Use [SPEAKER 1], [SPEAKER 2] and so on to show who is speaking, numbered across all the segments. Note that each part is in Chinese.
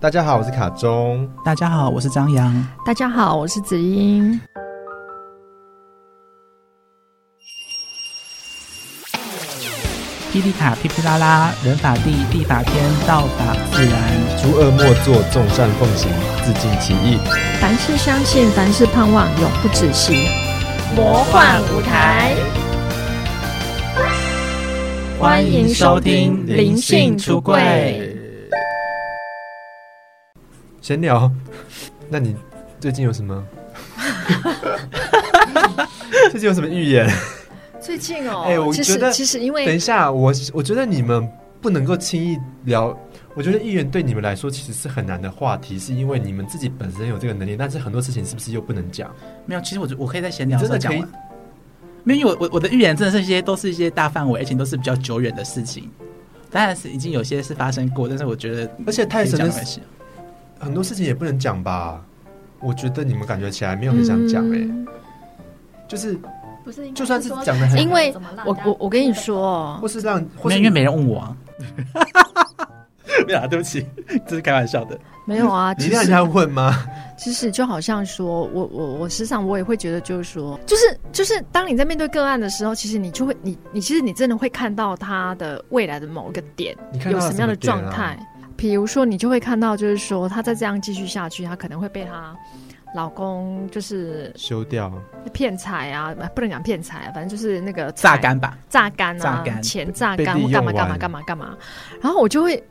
[SPEAKER 1] 大家好，我是卡中。
[SPEAKER 2] 大家好，我是张扬。
[SPEAKER 3] 大家好，我是子英。
[SPEAKER 2] 霹雳卡噼噼啦啦，人法地，地法天，道法自然。
[SPEAKER 1] 诸恶莫作，众善奉行，自尽其意。
[SPEAKER 3] 凡事相信，凡事盼望，永不止息。魔幻舞台，欢迎收听《灵性出柜》。
[SPEAKER 1] 闲聊，那你最近有什 么？最近有什么预言？
[SPEAKER 3] 最近哦，
[SPEAKER 1] 哎我
[SPEAKER 3] 其
[SPEAKER 1] 觉得
[SPEAKER 3] 实其实因
[SPEAKER 1] 等一
[SPEAKER 3] 为
[SPEAKER 1] 下，我我觉得你们不能够轻易聊。我觉得预言对你们来说其实是很难的话题，是因为你们自己本身有这个能力，但是很多事情是不是又不能讲？
[SPEAKER 2] 没有，其实我我可以在闲聊
[SPEAKER 1] 你
[SPEAKER 2] 的
[SPEAKER 1] 真
[SPEAKER 2] 时
[SPEAKER 1] 的
[SPEAKER 2] 候讲
[SPEAKER 1] 可以
[SPEAKER 2] 完。没有，因为我我我的预言真的是一些都是一些大范围，而且都是比较久远的事情。当然是已经有些是发生过，但是我觉得
[SPEAKER 1] 而且太神
[SPEAKER 2] 可以讲
[SPEAKER 1] 的
[SPEAKER 2] 没关系
[SPEAKER 1] 很多事情也不能讲吧？我觉得你们感觉起来没有很想讲哎、
[SPEAKER 3] 嗯
[SPEAKER 1] 就是
[SPEAKER 4] 不是应该说，
[SPEAKER 1] 就算是讲得很
[SPEAKER 3] 因为
[SPEAKER 4] 怎么让
[SPEAKER 3] 我
[SPEAKER 4] 大家
[SPEAKER 3] 我我跟你说哦
[SPEAKER 1] 或，是让或
[SPEAKER 2] 没
[SPEAKER 1] 是
[SPEAKER 2] 有，因为没人问我、啊。 没有啊啦，对不起，这是开玩笑的。
[SPEAKER 3] 没有啊，
[SPEAKER 1] 你
[SPEAKER 3] 其
[SPEAKER 1] 一定要人
[SPEAKER 3] 实
[SPEAKER 1] 家问吗？
[SPEAKER 3] 其实就好像说，我我我时常我也会觉得，就是说，就是就是，当你在面对个案的时候，其实你就会你你其实你真的会看到他的未来的某个点。
[SPEAKER 1] 你看
[SPEAKER 3] 有
[SPEAKER 1] 到
[SPEAKER 3] 什
[SPEAKER 1] 了
[SPEAKER 3] 么样的
[SPEAKER 1] 点啊
[SPEAKER 3] 状态？？比如说，你就会看到，就是说，她再这样继续下去，她可能会被她老公就是
[SPEAKER 1] 修掉，
[SPEAKER 3] 骗财啊，呃不能讲骗财、啊，反正就是那个
[SPEAKER 2] 榨
[SPEAKER 3] 财、
[SPEAKER 2] 干吧，
[SPEAKER 3] 榨干啊、
[SPEAKER 2] 榨干
[SPEAKER 3] 钱榨
[SPEAKER 1] 被
[SPEAKER 3] 干
[SPEAKER 1] 利
[SPEAKER 3] 或干嘛
[SPEAKER 1] 用
[SPEAKER 3] 干嘛
[SPEAKER 1] 完
[SPEAKER 3] 干嘛干嘛。然后我就会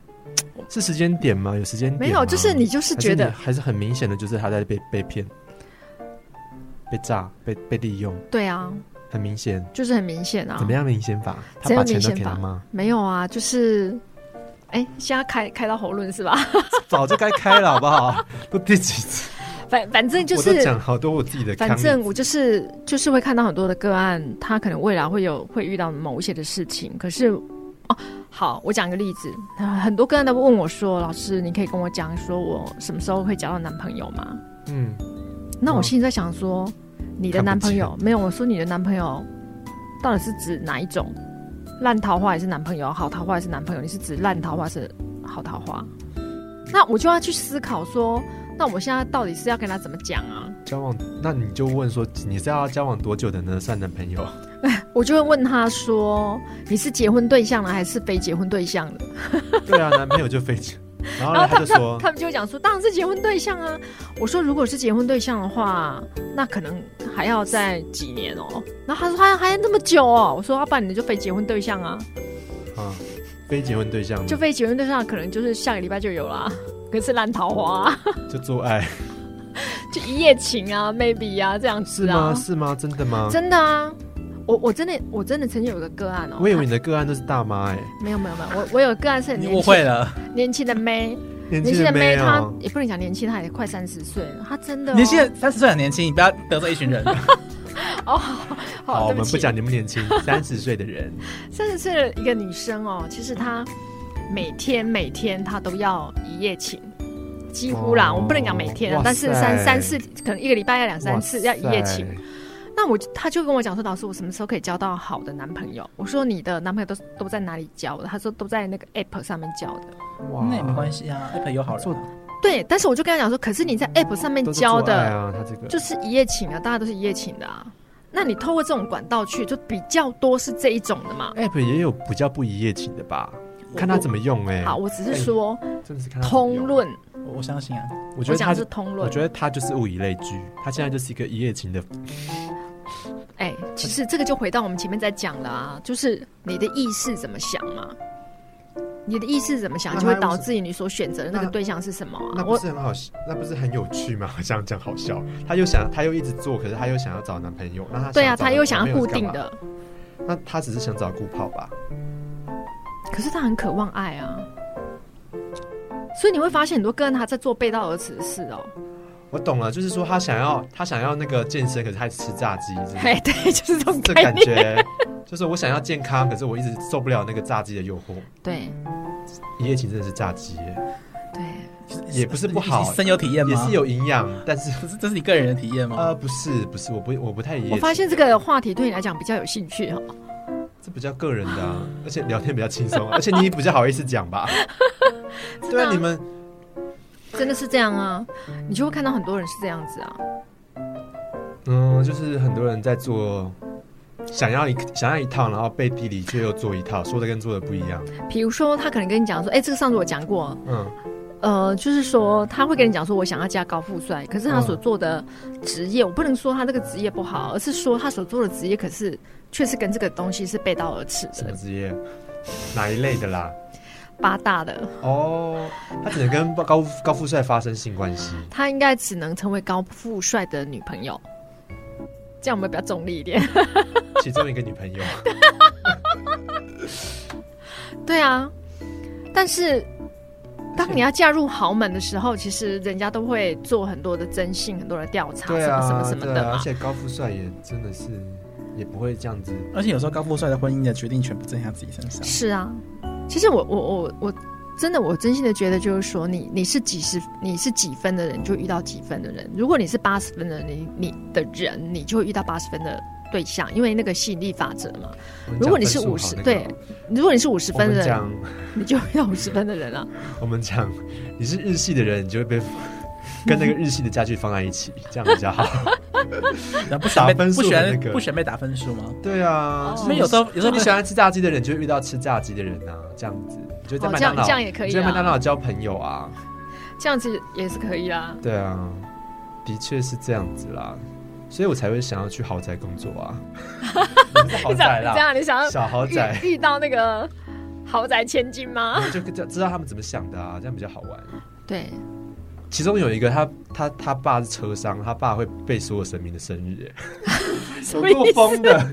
[SPEAKER 1] 是时间点吗？有时间点吗
[SPEAKER 3] 没有，就是你就是觉
[SPEAKER 1] 还
[SPEAKER 3] 得
[SPEAKER 1] 是你还是很明显的，就是他在被被骗、被诈、被被利用，
[SPEAKER 3] 对啊，
[SPEAKER 1] 很明显。
[SPEAKER 3] 就是很明显啊。
[SPEAKER 1] 怎么？样明显法？他
[SPEAKER 3] 怎
[SPEAKER 1] 把
[SPEAKER 3] 样
[SPEAKER 1] 钱
[SPEAKER 3] 明
[SPEAKER 1] 都
[SPEAKER 3] 显
[SPEAKER 1] 给
[SPEAKER 3] 法
[SPEAKER 1] 他吗？
[SPEAKER 3] 没有啊，就是哎，现在开开到喉论是吧？
[SPEAKER 1] 早就该开了，好不好？都第几次？
[SPEAKER 3] 反反正就
[SPEAKER 1] 我都
[SPEAKER 3] 是
[SPEAKER 1] 讲好多我自己的抗议。
[SPEAKER 3] 反正我就是就是会看到很多的个案，他可能未来会有会遇到某一些的事情，可是哦，好，我讲一个例子，呃很多个案都问我说：“老师，你可以跟我讲说我什么时候会交到男朋友吗
[SPEAKER 1] 嗯，？”
[SPEAKER 3] 那我
[SPEAKER 1] 嗯
[SPEAKER 3] 心里在想说，你的
[SPEAKER 1] 看不
[SPEAKER 3] 男朋友没有？我说你的男朋友到底是指哪一种？烂桃花也是男朋友，好桃花也是男朋友？你是指烂桃花还是好桃花？那我就要去思考说，那我现在到底是要跟他怎么讲啊？
[SPEAKER 1] 交往，那你就问说，你是要交往多久的呢？算男朋友？
[SPEAKER 3] 我就会问他说：“你是结婚对象了还是非结婚对象了
[SPEAKER 1] 对啊，男朋友就非常。然？”后
[SPEAKER 3] 然
[SPEAKER 1] 呢他
[SPEAKER 3] 后他
[SPEAKER 1] 就
[SPEAKER 3] 们他们
[SPEAKER 1] 说，
[SPEAKER 3] 他们就会讲说：“当然是结婚对象啊！”我说：“如果是结婚对象的话，那可能还要再几年哦。”然后他说：“还还要那么久哦？”我说：“要不然你就非结婚对象啊，
[SPEAKER 1] 啊，非结婚对象呢
[SPEAKER 3] 就非结婚对象可能就是下个礼拜就有啦，可是烂桃花、啊，
[SPEAKER 1] 就做爱，
[SPEAKER 3] 就一夜情啊，maybe 啊这样
[SPEAKER 1] 是
[SPEAKER 3] 子
[SPEAKER 1] 吗？
[SPEAKER 3] 啊，
[SPEAKER 1] 是吗？真的吗？
[SPEAKER 3] 真的啊。”我我真的我真的曾经有一个个案 哦，啊
[SPEAKER 1] 我以为你的个案都是大妈哎、
[SPEAKER 3] 没有没有没有，我我有个案是很
[SPEAKER 2] 你
[SPEAKER 3] 年
[SPEAKER 2] 误
[SPEAKER 3] 轻
[SPEAKER 2] 会了。
[SPEAKER 3] 年轻的妹，
[SPEAKER 1] 年
[SPEAKER 3] 年
[SPEAKER 1] 轻
[SPEAKER 3] 轻的
[SPEAKER 1] 妹
[SPEAKER 3] 妹，她
[SPEAKER 1] 哦，
[SPEAKER 3] 也不能讲年轻，她也快三十岁了，她真的、哦、
[SPEAKER 2] 年轻人三十岁很年轻，你不要得罪一群人。
[SPEAKER 3] 哦，好，
[SPEAKER 1] 好，我
[SPEAKER 3] 对
[SPEAKER 1] 们
[SPEAKER 3] 起
[SPEAKER 1] 不讲你们年 轻，三十岁的人，
[SPEAKER 3] 三十岁的一个女生哦，其实她每天每天她都要一夜情，几乎啦，
[SPEAKER 1] 哦
[SPEAKER 3] 我不能讲每天啊
[SPEAKER 1] 哇，
[SPEAKER 3] 但是
[SPEAKER 1] 塞
[SPEAKER 3] 三三四可能一个礼拜要两 三次
[SPEAKER 1] 哇
[SPEAKER 3] 要一夜
[SPEAKER 1] 塞
[SPEAKER 3] 情。那我就她就跟我讲说，老师，我什么时候可以交到好的男朋友？我说你的男朋友都都在哪里交的？她说都在那个 app 上面交的。
[SPEAKER 1] 哇
[SPEAKER 2] 那也没关系啊，Apple 有好人、
[SPEAKER 1] 做
[SPEAKER 2] 啊。
[SPEAKER 3] 对，但是我就跟她讲说，可是你在 app 上面
[SPEAKER 1] 都是
[SPEAKER 3] 交
[SPEAKER 1] 做爱
[SPEAKER 3] 的，
[SPEAKER 1] 啊，他这个
[SPEAKER 3] 就是一夜情啊，大家都是一夜情的啊。那你透过这种管道去，就比较多是这一种的嘛。
[SPEAKER 1] app 也有比较不一夜情的吧，看他怎么用哎、
[SPEAKER 3] 好，，我只是说
[SPEAKER 1] 真的是看他怎么
[SPEAKER 3] 通
[SPEAKER 1] 用，
[SPEAKER 3] 论，
[SPEAKER 2] 我我相信啊，
[SPEAKER 1] 我觉
[SPEAKER 3] 我
[SPEAKER 1] 得
[SPEAKER 3] 讲
[SPEAKER 1] 他
[SPEAKER 3] 的是，通
[SPEAKER 1] 我
[SPEAKER 3] 论。
[SPEAKER 1] 觉得他就是物以类聚，他现在就是一个一夜情的，
[SPEAKER 3] 哎，其实这个就回到我们前面在讲了啊，就是你的意识怎么想嘛，你的意识怎么想，
[SPEAKER 1] 那
[SPEAKER 3] 就会
[SPEAKER 1] 他为
[SPEAKER 3] 导
[SPEAKER 1] 什
[SPEAKER 3] 致你所选择的那个
[SPEAKER 1] 那
[SPEAKER 3] 对象是什么
[SPEAKER 1] 那
[SPEAKER 3] 啊。
[SPEAKER 1] 不
[SPEAKER 3] 我
[SPEAKER 1] 是很好，那不是很有趣吗？ 好像讲好笑，他又想，他又一直做，可是他又想要找男朋友，那他
[SPEAKER 3] 对
[SPEAKER 1] 想
[SPEAKER 3] 啊，他
[SPEAKER 1] 找
[SPEAKER 3] 又
[SPEAKER 1] 男
[SPEAKER 3] 想
[SPEAKER 1] 朋
[SPEAKER 3] 要
[SPEAKER 1] 友
[SPEAKER 3] 固
[SPEAKER 1] 是干
[SPEAKER 3] 定
[SPEAKER 1] 嘛，
[SPEAKER 3] 的，
[SPEAKER 1] 那他只是想找顾炮吧？
[SPEAKER 3] 可是他很渴望爱啊。所以你会发现很多个人他在做背道而驰的事哦。
[SPEAKER 1] 我懂了，就是说他想要他想要那个健身，可是他吃炸鸡， 是不是
[SPEAKER 3] 哎，对，就是这种
[SPEAKER 1] 嗯这
[SPEAKER 3] 概
[SPEAKER 1] 感
[SPEAKER 3] 念。
[SPEAKER 1] 觉就是我想要健康，可是我一直受不了那个炸鸡的诱惑。
[SPEAKER 3] 对
[SPEAKER 1] 一夜情真的是炸鸡耶，
[SPEAKER 3] 对，
[SPEAKER 1] 也不是不好
[SPEAKER 2] 深有体验吗？
[SPEAKER 1] 也是，有营养，但是
[SPEAKER 2] 这是这是你个人的体验吗？
[SPEAKER 1] 呃不是不是，我不我不太一夜情
[SPEAKER 3] 我发现这个话题对你来讲比较有兴趣哦。
[SPEAKER 1] 这比较个人的、啊，而啊 且聊天比较轻松，而且你比较好意思讲吧？对
[SPEAKER 3] 真的
[SPEAKER 1] 啊，
[SPEAKER 3] 啊
[SPEAKER 1] 你们
[SPEAKER 3] 真的是这样啊，你就会看到很多人是这样子啊。
[SPEAKER 1] 嗯，就是很多人在做，想要一想要一套，然后背地里却又做一套，说的跟做的不一样。
[SPEAKER 3] 比如说，他可能跟你讲说，哎、这个上次我讲过，
[SPEAKER 1] 嗯
[SPEAKER 3] 呃，就是说他会跟你讲说，我想要加高富帅，可是他所做的职业，我不能说他这个职业不好，而是说他所做的职业，可是却是跟这个东西是背道而驰
[SPEAKER 1] 什么
[SPEAKER 3] 的，
[SPEAKER 1] 职业，哪一类的啦？
[SPEAKER 3] 八大的，
[SPEAKER 1] 哦，他只能跟高高富帅发生性关 系。
[SPEAKER 3] 他应该只能成为高富帅的女朋友。这样我们比较中立一点。
[SPEAKER 1] 其中一个女朋友，
[SPEAKER 3] 对啊，但是当你要嫁入豪门的时候，其实人家都会做很多的征信、很多的调查，
[SPEAKER 1] 对
[SPEAKER 3] 什
[SPEAKER 1] 啊，
[SPEAKER 3] 么什么什么
[SPEAKER 1] 对
[SPEAKER 3] 的
[SPEAKER 1] 啊，而
[SPEAKER 3] 嘛。
[SPEAKER 1] 且高富帅也真的是也不会这样子，
[SPEAKER 2] 而且有时候高富帅的婚姻的决定权不在他自 己身上。
[SPEAKER 3] 是啊，其实我我我我真的我真心的觉得，就是说你你是几十你是几分的人，就遇到几分的人；如果你是八十分的人，你你的人，你就会遇到八十分的对象，因为那个吸引力法则嘛。如果你是
[SPEAKER 1] 我们讲分数好那
[SPEAKER 3] 50
[SPEAKER 1] 个
[SPEAKER 3] 对如果你是五十
[SPEAKER 1] 我
[SPEAKER 3] 分的
[SPEAKER 1] 们
[SPEAKER 3] 人，
[SPEAKER 1] 讲
[SPEAKER 3] 你就遇到五十分的人啊。
[SPEAKER 1] 我们讲你是日系的人，你就会 被跟那个日系的家具放在一起，这样比较
[SPEAKER 3] 哦
[SPEAKER 1] 好。
[SPEAKER 2] 然后不喜
[SPEAKER 1] 打
[SPEAKER 2] 欢
[SPEAKER 1] 分
[SPEAKER 2] 被
[SPEAKER 1] 数的
[SPEAKER 2] 不喜
[SPEAKER 1] 那
[SPEAKER 2] 欢
[SPEAKER 1] 个
[SPEAKER 2] 不喜欢被打分数吗？
[SPEAKER 1] 对啊，
[SPEAKER 3] 哦
[SPEAKER 1] 就是
[SPEAKER 2] 因为有时候有时候
[SPEAKER 1] 你喜欢吃炸鸡的人，就会遇到吃炸鸡的人啊，这样子，你就在
[SPEAKER 3] 哦
[SPEAKER 1] 麦
[SPEAKER 3] 这样
[SPEAKER 1] 当劳，
[SPEAKER 3] 这样也可以啊
[SPEAKER 1] 你就在麦当劳交朋友啊，
[SPEAKER 3] 这样子也是可以啊。
[SPEAKER 1] 对啊，的确是这样子啦，所以我才会想要去豪宅工作啊，不是豪
[SPEAKER 3] 你想
[SPEAKER 1] 宅
[SPEAKER 3] 你这样
[SPEAKER 1] 啦，
[SPEAKER 3] 你想要
[SPEAKER 1] 小豪宅，
[SPEAKER 3] 遇遇到那个豪宅千 金吗？
[SPEAKER 1] 就就知道他们怎么想的啊，这样比较好玩。
[SPEAKER 3] 对，
[SPEAKER 1] 其中有一个他他他爸是车商，他爸会背所有神明的生日，
[SPEAKER 3] 什
[SPEAKER 1] 哎，
[SPEAKER 3] 么
[SPEAKER 1] 有多
[SPEAKER 3] 意思？
[SPEAKER 1] 疯的。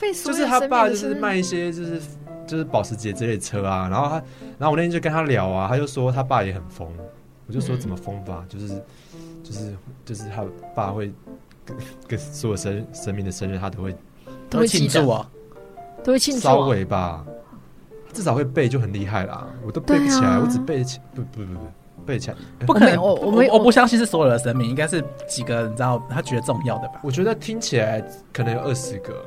[SPEAKER 3] 被所
[SPEAKER 1] 就
[SPEAKER 3] 有
[SPEAKER 1] 是他
[SPEAKER 3] 生命
[SPEAKER 1] 爸
[SPEAKER 3] 的嗯
[SPEAKER 1] 就是
[SPEAKER 3] 生
[SPEAKER 1] 卖一些就是就是保时捷这类车啊，然后他，然后我那天就跟他聊啊，他就说他爸也很疯，我就说
[SPEAKER 3] 嗯
[SPEAKER 1] 怎么疯法，就是就是就是他爸会跟跟所有神神明的生日他都会
[SPEAKER 3] 都会
[SPEAKER 2] 庆
[SPEAKER 3] 记得
[SPEAKER 2] 祝哦，
[SPEAKER 3] 都会庆祝啊、
[SPEAKER 1] 稍微吧，至少会背就很厉害啦，我都背不起
[SPEAKER 3] 对
[SPEAKER 1] 来，
[SPEAKER 3] 啊
[SPEAKER 1] 我只背起不不不不背起来，
[SPEAKER 2] 不可能，
[SPEAKER 3] 我
[SPEAKER 2] 我
[SPEAKER 3] 们我我们
[SPEAKER 2] 我不相信是所有的神明，应该是几个你知道他觉得重要的吧？
[SPEAKER 1] 我觉得听起来可能有二十个，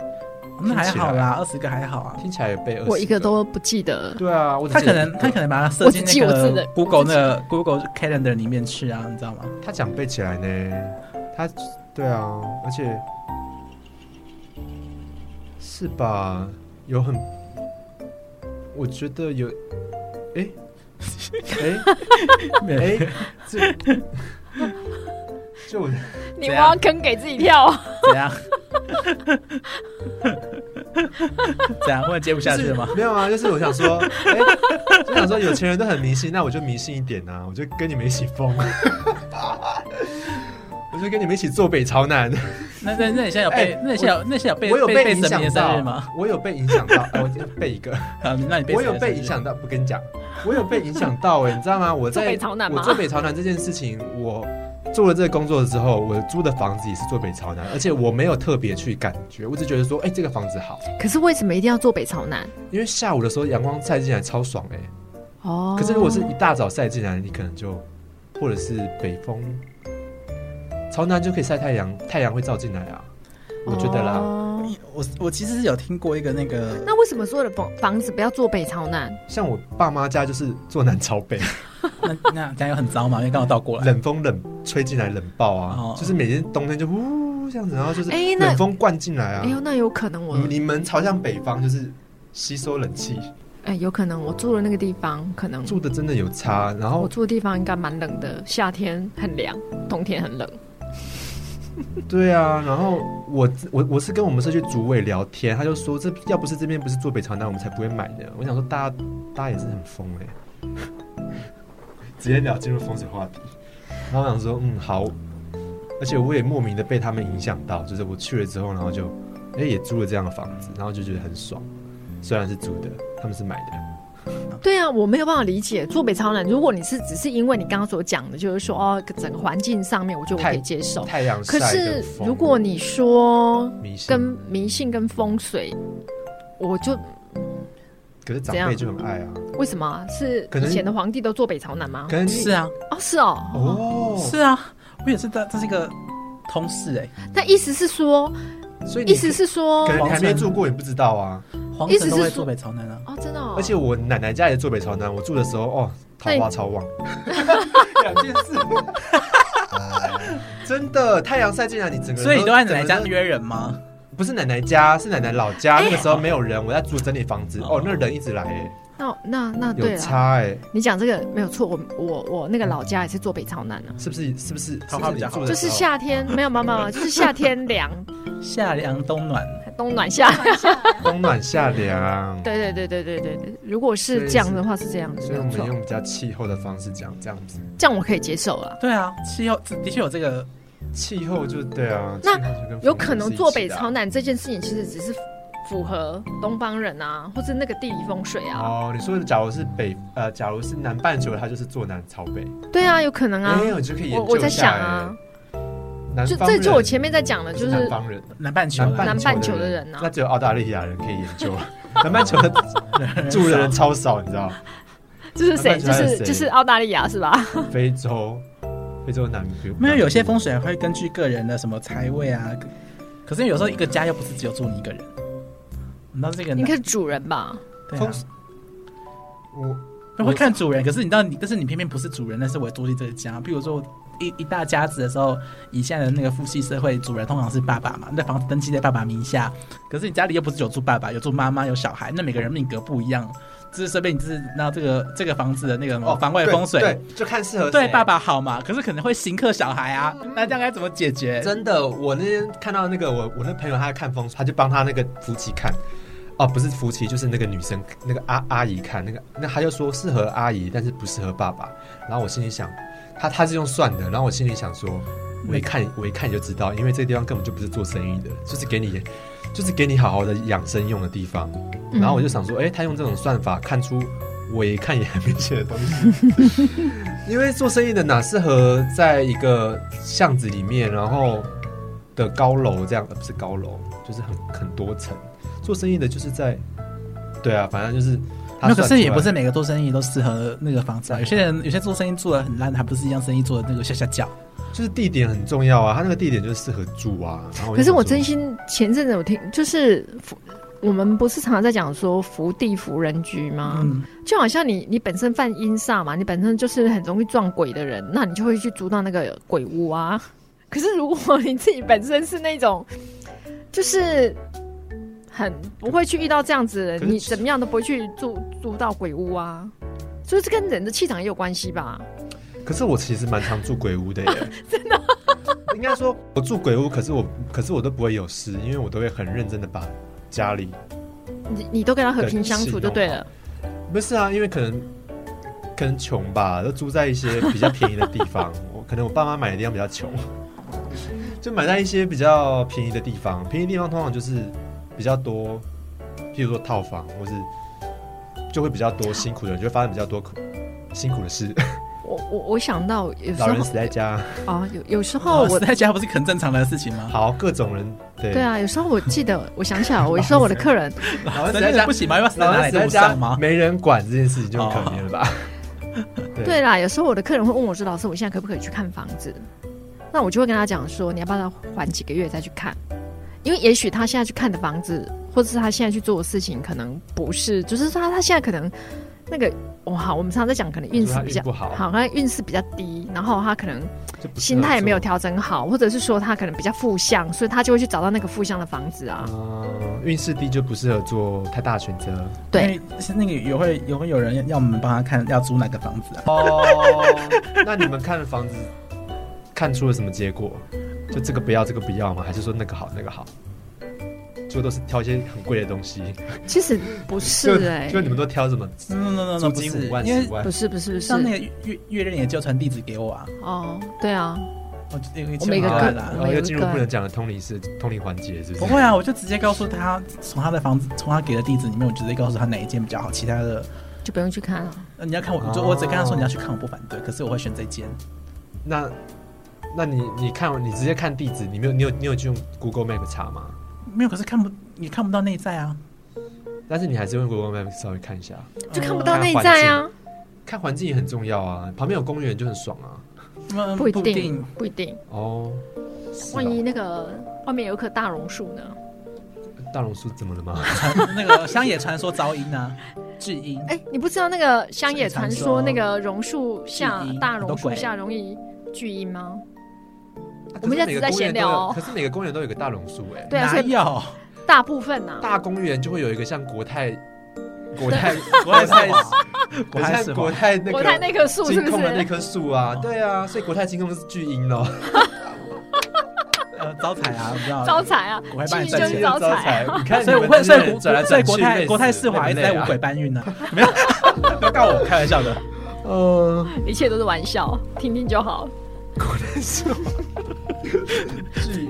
[SPEAKER 2] 那还好啦，二十个还好啊。
[SPEAKER 1] 听起来有背二十，
[SPEAKER 3] 我一个都不记得。
[SPEAKER 1] 对啊，我只
[SPEAKER 2] 他
[SPEAKER 1] 记
[SPEAKER 2] 可
[SPEAKER 1] 得
[SPEAKER 2] 能
[SPEAKER 1] 一个
[SPEAKER 2] 他可能把它设进
[SPEAKER 3] 我只记
[SPEAKER 2] 那
[SPEAKER 3] 我自己的
[SPEAKER 2] 个 Google 那个 Google Calendar 里面去啊，你知道 吗？
[SPEAKER 1] 他讲背起来呢，他对啊，而且是吧？有很，我觉得有，哎、哎哎、这就我
[SPEAKER 3] 你
[SPEAKER 2] 怎样
[SPEAKER 3] 挖坑给自己跳，
[SPEAKER 2] 怎样？ 怎样？忽然接不下去了吗？
[SPEAKER 1] 没有啊，就是我想说，哎、就想说有钱人都很迷信，那我就迷信一点啊，我就跟你们一起疯， 我就跟你们一起坐北朝南。
[SPEAKER 2] 那那那你现在有被
[SPEAKER 1] 哎？
[SPEAKER 2] 那你现在有那你现在有被
[SPEAKER 1] 我有
[SPEAKER 2] 被被
[SPEAKER 1] 影
[SPEAKER 2] 神明
[SPEAKER 1] 响
[SPEAKER 2] 的生
[SPEAKER 1] 到
[SPEAKER 2] 日吗？，
[SPEAKER 1] 我有被影响到，哎、我我背一个。
[SPEAKER 2] 好，那你被
[SPEAKER 1] 我
[SPEAKER 2] 谁的
[SPEAKER 1] 有被
[SPEAKER 2] 生日
[SPEAKER 1] 影响到，不跟你讲，我有被影响到哎、你知道吗？我
[SPEAKER 3] 坐
[SPEAKER 1] 在
[SPEAKER 3] 北朝南
[SPEAKER 1] 我
[SPEAKER 3] 吗？
[SPEAKER 1] 做北朝南这件事情，我做了这个工作之后，我租的房子也是做北朝南，而且我没有特别去感觉，我只觉得说，哎、这个房子好，
[SPEAKER 3] 可是为什么一定要坐北朝南？
[SPEAKER 1] 因为下午的时候阳光晒进来超爽哎、
[SPEAKER 3] 哦，
[SPEAKER 1] 可是如果是一大早晒进来，你可能就或者是北风，朝南就可以晒太阳，太阳会照进来啊，我觉得啦。
[SPEAKER 3] 哦
[SPEAKER 2] 我我其实是有听过一个那个，
[SPEAKER 3] 那为什么所有的房房子不要坐北朝南？
[SPEAKER 1] 像我爸妈家就是坐南朝北，
[SPEAKER 2] 那那这样有很糟嘛，因为刚好倒过来。
[SPEAKER 1] 冷风冷吹进来，冷爆啊！
[SPEAKER 2] 哦
[SPEAKER 1] 就是每天冬天就呜这样子，然后就是
[SPEAKER 3] 哎那
[SPEAKER 1] 冷风灌进来啊。
[SPEAKER 3] 哎呦，那有可能我
[SPEAKER 1] 你你们朝向北方就是吸收冷气，
[SPEAKER 3] 哎、有可能我住的那个地方，可能
[SPEAKER 1] 住的哦真的有差。然后
[SPEAKER 3] 我住的地方应该蛮冷的，夏天很凉，冬天很冷。
[SPEAKER 1] 对啊，然后我我我是跟我们社区主委聊天，他就说这要不是这边不是坐北朝南，我们才不会买呢。我想说大家大家也是很疯哎、 直接聊进入风水话题。然后我想说嗯好，而且我也莫名的被他们影响到，就是我去了之后，然后就哎、也租了这样的房子，然后就觉得很爽。虽然是租的，他们是买的，
[SPEAKER 3] 对啊，我没有办法理解坐北朝南。如果你是只是因为你刚刚所讲的，就是说哦，整个环境上面，我觉得我可以接受。
[SPEAKER 1] 太阳晒
[SPEAKER 3] 哦可
[SPEAKER 1] 的
[SPEAKER 3] 是
[SPEAKER 1] 风
[SPEAKER 3] 如果你说
[SPEAKER 1] 迷信
[SPEAKER 3] 跟迷信跟风水，我就
[SPEAKER 1] 可是长
[SPEAKER 3] 怎
[SPEAKER 1] 辈
[SPEAKER 3] 样
[SPEAKER 1] 就很爱啊，
[SPEAKER 3] 为什么啊是
[SPEAKER 1] 可能
[SPEAKER 3] 以前的皇帝都坐北朝南吗？
[SPEAKER 1] 可能你
[SPEAKER 2] 是啊，
[SPEAKER 3] 哦，是哦。
[SPEAKER 1] 哦，
[SPEAKER 2] 是啊，我也是，这这是一个通事哎、
[SPEAKER 3] 那意思是说，
[SPEAKER 1] 所以你
[SPEAKER 3] 意思是说
[SPEAKER 1] 可，能你还没
[SPEAKER 2] 皇城
[SPEAKER 1] 住过，你不知道啊。
[SPEAKER 2] 皇
[SPEAKER 3] 意思
[SPEAKER 2] 城都
[SPEAKER 3] 是
[SPEAKER 2] 会
[SPEAKER 3] 说
[SPEAKER 2] 坐北朝南啊。
[SPEAKER 3] 哦，真的、哦，
[SPEAKER 1] 而且我奶奶家也坐北朝南，我住的时候哦，桃
[SPEAKER 3] 对
[SPEAKER 1] 花超旺，两件事的太阳晒进来，你整个人
[SPEAKER 2] 所以你都在奶奶
[SPEAKER 1] 整个
[SPEAKER 2] 家
[SPEAKER 1] 人
[SPEAKER 2] 约人吗？
[SPEAKER 1] 不是奶奶家，是奶奶老家。
[SPEAKER 3] 哎
[SPEAKER 1] 那个时候没有人，我在住整理房子。哦，那人一直来，哎，
[SPEAKER 3] 那那那哦对啊
[SPEAKER 1] 有
[SPEAKER 3] 了，
[SPEAKER 1] 差哎，
[SPEAKER 3] 你讲这个没有错。我我我那个老家也是坐北朝南啊，
[SPEAKER 1] 是不是？是不是？
[SPEAKER 2] 桃花比较好
[SPEAKER 1] 是不
[SPEAKER 3] 就是是
[SPEAKER 1] 你住的时候
[SPEAKER 3] 夏天没有妈妈，就是夏天凉，
[SPEAKER 2] 夏凉冬暖，欸
[SPEAKER 3] 冬暖夏。
[SPEAKER 1] 冬暖夏凉。
[SPEAKER 3] 对对对对对对对，如果
[SPEAKER 1] 所以
[SPEAKER 3] 是
[SPEAKER 1] 是
[SPEAKER 3] 这样的话是这样子，
[SPEAKER 1] 所以我
[SPEAKER 3] 没有
[SPEAKER 1] 们
[SPEAKER 3] 错
[SPEAKER 1] 用比较气候的方式讲，这样子。
[SPEAKER 3] 这样我可以接受了。
[SPEAKER 2] 对啊，气候的确有这个，
[SPEAKER 1] 气候就对啊，
[SPEAKER 3] 那
[SPEAKER 1] 气候就跟
[SPEAKER 3] 有可能坐北
[SPEAKER 1] 朝
[SPEAKER 3] 朝南这件事情，其实只是符合东方人啊，或是那个地理风水啊。
[SPEAKER 1] 哦，你说的假如是北呃，假如是南半球，它就是坐南朝北。
[SPEAKER 3] 对啊，有可能啊
[SPEAKER 1] 没。有，你就可以研
[SPEAKER 3] 我
[SPEAKER 1] 究
[SPEAKER 3] 我
[SPEAKER 1] 一
[SPEAKER 3] 在想
[SPEAKER 1] 下
[SPEAKER 3] 啊
[SPEAKER 1] 哎。，南
[SPEAKER 3] 就
[SPEAKER 1] 方
[SPEAKER 3] 这
[SPEAKER 1] 人
[SPEAKER 3] 就我前面在讲的，
[SPEAKER 1] 不
[SPEAKER 3] 就是是
[SPEAKER 1] 南方人，
[SPEAKER 2] 南半球
[SPEAKER 1] 南
[SPEAKER 2] 啊
[SPEAKER 1] 半
[SPEAKER 3] 南半球
[SPEAKER 1] 的
[SPEAKER 3] 的人啊
[SPEAKER 1] 那只有澳大利亚人可以研究， 南半球的住的人超少，你知道？
[SPEAKER 3] 就是谁，就
[SPEAKER 1] 南半球还有
[SPEAKER 3] 是
[SPEAKER 1] 谁
[SPEAKER 3] 就是澳大利亚是吧？
[SPEAKER 1] 非洲，非洲南部
[SPEAKER 2] 没有，有些风水会根据个人的什么财位啊，可可是有时候一个家又不是只有住你一个人，你到这个
[SPEAKER 3] 你看主人吧，
[SPEAKER 2] 对
[SPEAKER 1] 风
[SPEAKER 2] 啊，
[SPEAKER 1] 水，我
[SPEAKER 2] 那会看主人，可是你到你，但是你偏偏不是主人，但是我住进这个家，譬如说我一一大家子的时候，以现在的那个父系社会，主人通常是爸爸嘛，那房子登记在爸爸名下，可是你家里又不是有住爸爸，有住妈妈，有小孩，那每个人命格不一样，就是随便你就是那这个这个房子的那个什么房外
[SPEAKER 1] 对
[SPEAKER 2] 哦风水。
[SPEAKER 1] 哦对，嗯就看适合
[SPEAKER 2] 对
[SPEAKER 1] 谁
[SPEAKER 2] 爸。爸好嘛，可是可能会刑克小孩啊，那这样该怎么解决？
[SPEAKER 1] 真的，我那天看到那个我我那朋友他在看风水，他就帮他那个夫妻看，哦，不是夫妻，就是那个女生那个阿阿姨看那个，那他就说适合阿姨，但是不适合爸爸。然后我心里想，他他是用算的，然后我心里想说，我一看我一看就知道，因为这个地方根本就不是做生意的，就是给你就是给你好好的养生用的地方。
[SPEAKER 3] 嗯
[SPEAKER 1] 然后我就想说，哎、他用这种算法看出我一看也很明显的东西，因为做生意的哪适合在一个巷子里面，然后的高楼这样，呃，不是高楼，就是很很多层。做生意的就是在，对啊，反正就是他
[SPEAKER 2] 那
[SPEAKER 1] 算出
[SPEAKER 2] 可
[SPEAKER 1] 来。
[SPEAKER 2] 是也不是每个做生意都适合那个房子啊，有些人有些做生意做的很烂，还不是一样生意做的那个下下脚。
[SPEAKER 1] 就是地点很重要啊，他那个地点就是适合住啊。然后就
[SPEAKER 3] 可是
[SPEAKER 1] 想说
[SPEAKER 3] 我真心前阵子我听，就是福我们不是常常在讲说福地福人居吗？
[SPEAKER 2] 嗯，
[SPEAKER 3] 就好像你你本身犯阴煞嘛，你本身就是很容易撞鬼的人，那你就会去租到那个鬼屋啊。 可是如果你自己本身是那种，就是很不会去遇到这样子
[SPEAKER 1] 可
[SPEAKER 3] 的人，
[SPEAKER 1] 是
[SPEAKER 3] 你怎么样都不会去住租到鬼屋啊。所以这跟人的气场也有关系吧？
[SPEAKER 1] 可是我其实蛮常住鬼屋的耶，真的。应该说，我住鬼屋，可是我，可是我都不会有事，因为我都会很认真的把家里。
[SPEAKER 3] 你你都跟他和平相处就对了。
[SPEAKER 1] 不是啊，因为可能可能穷吧，都住在一些比较便宜的地 方。我可能我爸妈买的地方比较穷，就买在一些比较便宜的地方。便宜地方通常就是比较多，譬如说套房，或是就会比较多辛苦的人，就会发生比较多苦辛苦的 事。
[SPEAKER 3] 我我我想到有时
[SPEAKER 1] 老
[SPEAKER 3] 候
[SPEAKER 1] 人死在家，
[SPEAKER 3] 啊，有有时候
[SPEAKER 2] 哦，
[SPEAKER 3] 我
[SPEAKER 2] 我在家不是很正常的事情吗？
[SPEAKER 1] 好各种人 对
[SPEAKER 3] 对啊，有时候我记得，我想 起来，我有时候我的客人
[SPEAKER 1] 老人死
[SPEAKER 2] 真
[SPEAKER 1] 在
[SPEAKER 2] 的
[SPEAKER 1] 家
[SPEAKER 2] 不行吗？要死在
[SPEAKER 1] 老
[SPEAKER 2] 哪
[SPEAKER 1] 人
[SPEAKER 2] 里
[SPEAKER 1] 死在
[SPEAKER 2] 路
[SPEAKER 1] 家
[SPEAKER 2] 上吗？
[SPEAKER 1] 没人管这件事情就很可怜了吧？
[SPEAKER 3] 哦对啦，有时候我的客人会问我说：“老师，我现在可不可以去看房子？”那我就会跟他讲说：“你要不要缓几个月再去看？因为也许他现在去看的房子，或者是他现在去做的事情，可能不是，就是说他他现在可能那个哇，好，我们常常在讲，可能运势比较
[SPEAKER 1] 不好，
[SPEAKER 3] 好，他运势比较低，然后他可能
[SPEAKER 1] 就不适合
[SPEAKER 3] 心态也没有
[SPEAKER 1] 做
[SPEAKER 3] 调整好，或者是说他可能比较负向，所以他就会去找到那个负向的房子啊。
[SPEAKER 1] 嗯，运势低就不适合做太大的选择。
[SPEAKER 3] 对，
[SPEAKER 2] 因为是那个也会也会有人要我们帮他看要租哪个房子啊？
[SPEAKER 1] 哦， 那你们看了房子，看出了什么结果？就这个不要，这个不要吗？还是说那个好，那个好？就都是挑一些很贵的东西，
[SPEAKER 3] 其实不
[SPEAKER 1] 就是
[SPEAKER 3] 哎、
[SPEAKER 1] 就你们都挑什么
[SPEAKER 2] 嗯，no no no
[SPEAKER 1] 租
[SPEAKER 2] no，不
[SPEAKER 1] 金
[SPEAKER 2] 是
[SPEAKER 1] 五，万、
[SPEAKER 2] 因
[SPEAKER 1] 十
[SPEAKER 2] 为
[SPEAKER 1] 万
[SPEAKER 3] 不？是不是不是
[SPEAKER 2] 像那个月月月亮也就传地址给我啊，
[SPEAKER 3] 哦，对啊，
[SPEAKER 2] 我就因为
[SPEAKER 3] 我每个
[SPEAKER 2] 千万
[SPEAKER 3] 个
[SPEAKER 2] 啦
[SPEAKER 1] 啊然
[SPEAKER 3] 我
[SPEAKER 1] 后
[SPEAKER 3] 们有
[SPEAKER 1] 又
[SPEAKER 3] 一
[SPEAKER 1] 进入
[SPEAKER 3] 个
[SPEAKER 1] 不能讲的通灵是通灵环节，是不
[SPEAKER 2] 不
[SPEAKER 1] 是？
[SPEAKER 2] 会啊，我就直接告诉他，从他的房子，从他给的地址里面，我直接告诉他哪一间比较好，其他的
[SPEAKER 3] 就不用去看了。
[SPEAKER 2] 呃你要看我，
[SPEAKER 1] 哦
[SPEAKER 2] 就我只跟他说你要去看，我不反对，可是我会选这间。
[SPEAKER 1] 那，那你你看完，你直接看地址，你没有你有你有去用 Google Map 查吗？
[SPEAKER 2] 没有，可是看不你看不到内在啊，
[SPEAKER 1] 但是你还是用 Google Map 稍微看一下，
[SPEAKER 3] 就看不
[SPEAKER 1] 呃
[SPEAKER 3] 到内
[SPEAKER 1] 环
[SPEAKER 3] 在
[SPEAKER 1] 境
[SPEAKER 3] 啊，
[SPEAKER 1] 看环境也很重要啊，旁边有公园就很爽啊。
[SPEAKER 2] 嗯
[SPEAKER 3] 不一
[SPEAKER 2] 不
[SPEAKER 3] 定，不一定。
[SPEAKER 1] 哦，是
[SPEAKER 3] 万一
[SPEAKER 1] 哦
[SPEAKER 3] 那个外面有一棵大榕树呢？
[SPEAKER 1] 大榕树怎么了吗？
[SPEAKER 2] 传那个乡野传说噪音啊，至音。
[SPEAKER 3] 哎，你不知道那个乡野传
[SPEAKER 2] 传
[SPEAKER 3] 说
[SPEAKER 2] 说
[SPEAKER 3] 那个榕树下
[SPEAKER 2] 聚阴
[SPEAKER 3] 大
[SPEAKER 2] 很
[SPEAKER 3] 榕
[SPEAKER 2] 多
[SPEAKER 3] 树
[SPEAKER 2] 鬼
[SPEAKER 3] 下容易聚阴吗？
[SPEAKER 1] 啊
[SPEAKER 3] 我们现在只在闲聊哦
[SPEAKER 1] 可是每个公园都有可是每个公园都有个大榕树哎、
[SPEAKER 3] 对啊
[SPEAKER 2] 哪
[SPEAKER 3] 所以
[SPEAKER 2] 有？
[SPEAKER 3] 大部分呐、
[SPEAKER 1] 大公园就会有一个像国泰，国泰，
[SPEAKER 2] 国泰是吧，
[SPEAKER 1] 国
[SPEAKER 2] 国泰
[SPEAKER 1] 泰，
[SPEAKER 2] 是吧
[SPEAKER 1] 国泰那
[SPEAKER 3] 国泰
[SPEAKER 1] 个
[SPEAKER 3] 那棵树是
[SPEAKER 1] 金
[SPEAKER 3] 不
[SPEAKER 1] 控的那
[SPEAKER 3] 是？
[SPEAKER 1] 棵树啊，对啊，所以国泰金控是巨婴 咯，
[SPEAKER 2] 呃招财啊，我不知道
[SPEAKER 3] 招财啊！
[SPEAKER 2] 我还帮你
[SPEAKER 3] 巨婴
[SPEAKER 2] 赚
[SPEAKER 3] 就是
[SPEAKER 2] 钱。
[SPEAKER 3] 招财啊
[SPEAKER 1] 你看你
[SPEAKER 2] 所以我
[SPEAKER 1] 们
[SPEAKER 2] 会，所
[SPEAKER 1] 这些
[SPEAKER 2] 以
[SPEAKER 1] 人
[SPEAKER 2] 国，
[SPEAKER 1] 转来
[SPEAKER 2] 所以
[SPEAKER 1] 转
[SPEAKER 2] 国
[SPEAKER 1] 去，
[SPEAKER 2] 泰国泰世
[SPEAKER 1] 世
[SPEAKER 2] 华一直在
[SPEAKER 1] 啊
[SPEAKER 2] 五鬼搬运呢，啊 没有，不要告我，开玩笑的。
[SPEAKER 1] 呃，
[SPEAKER 3] 一切都是玩笑，听听就好。
[SPEAKER 1] 巨婴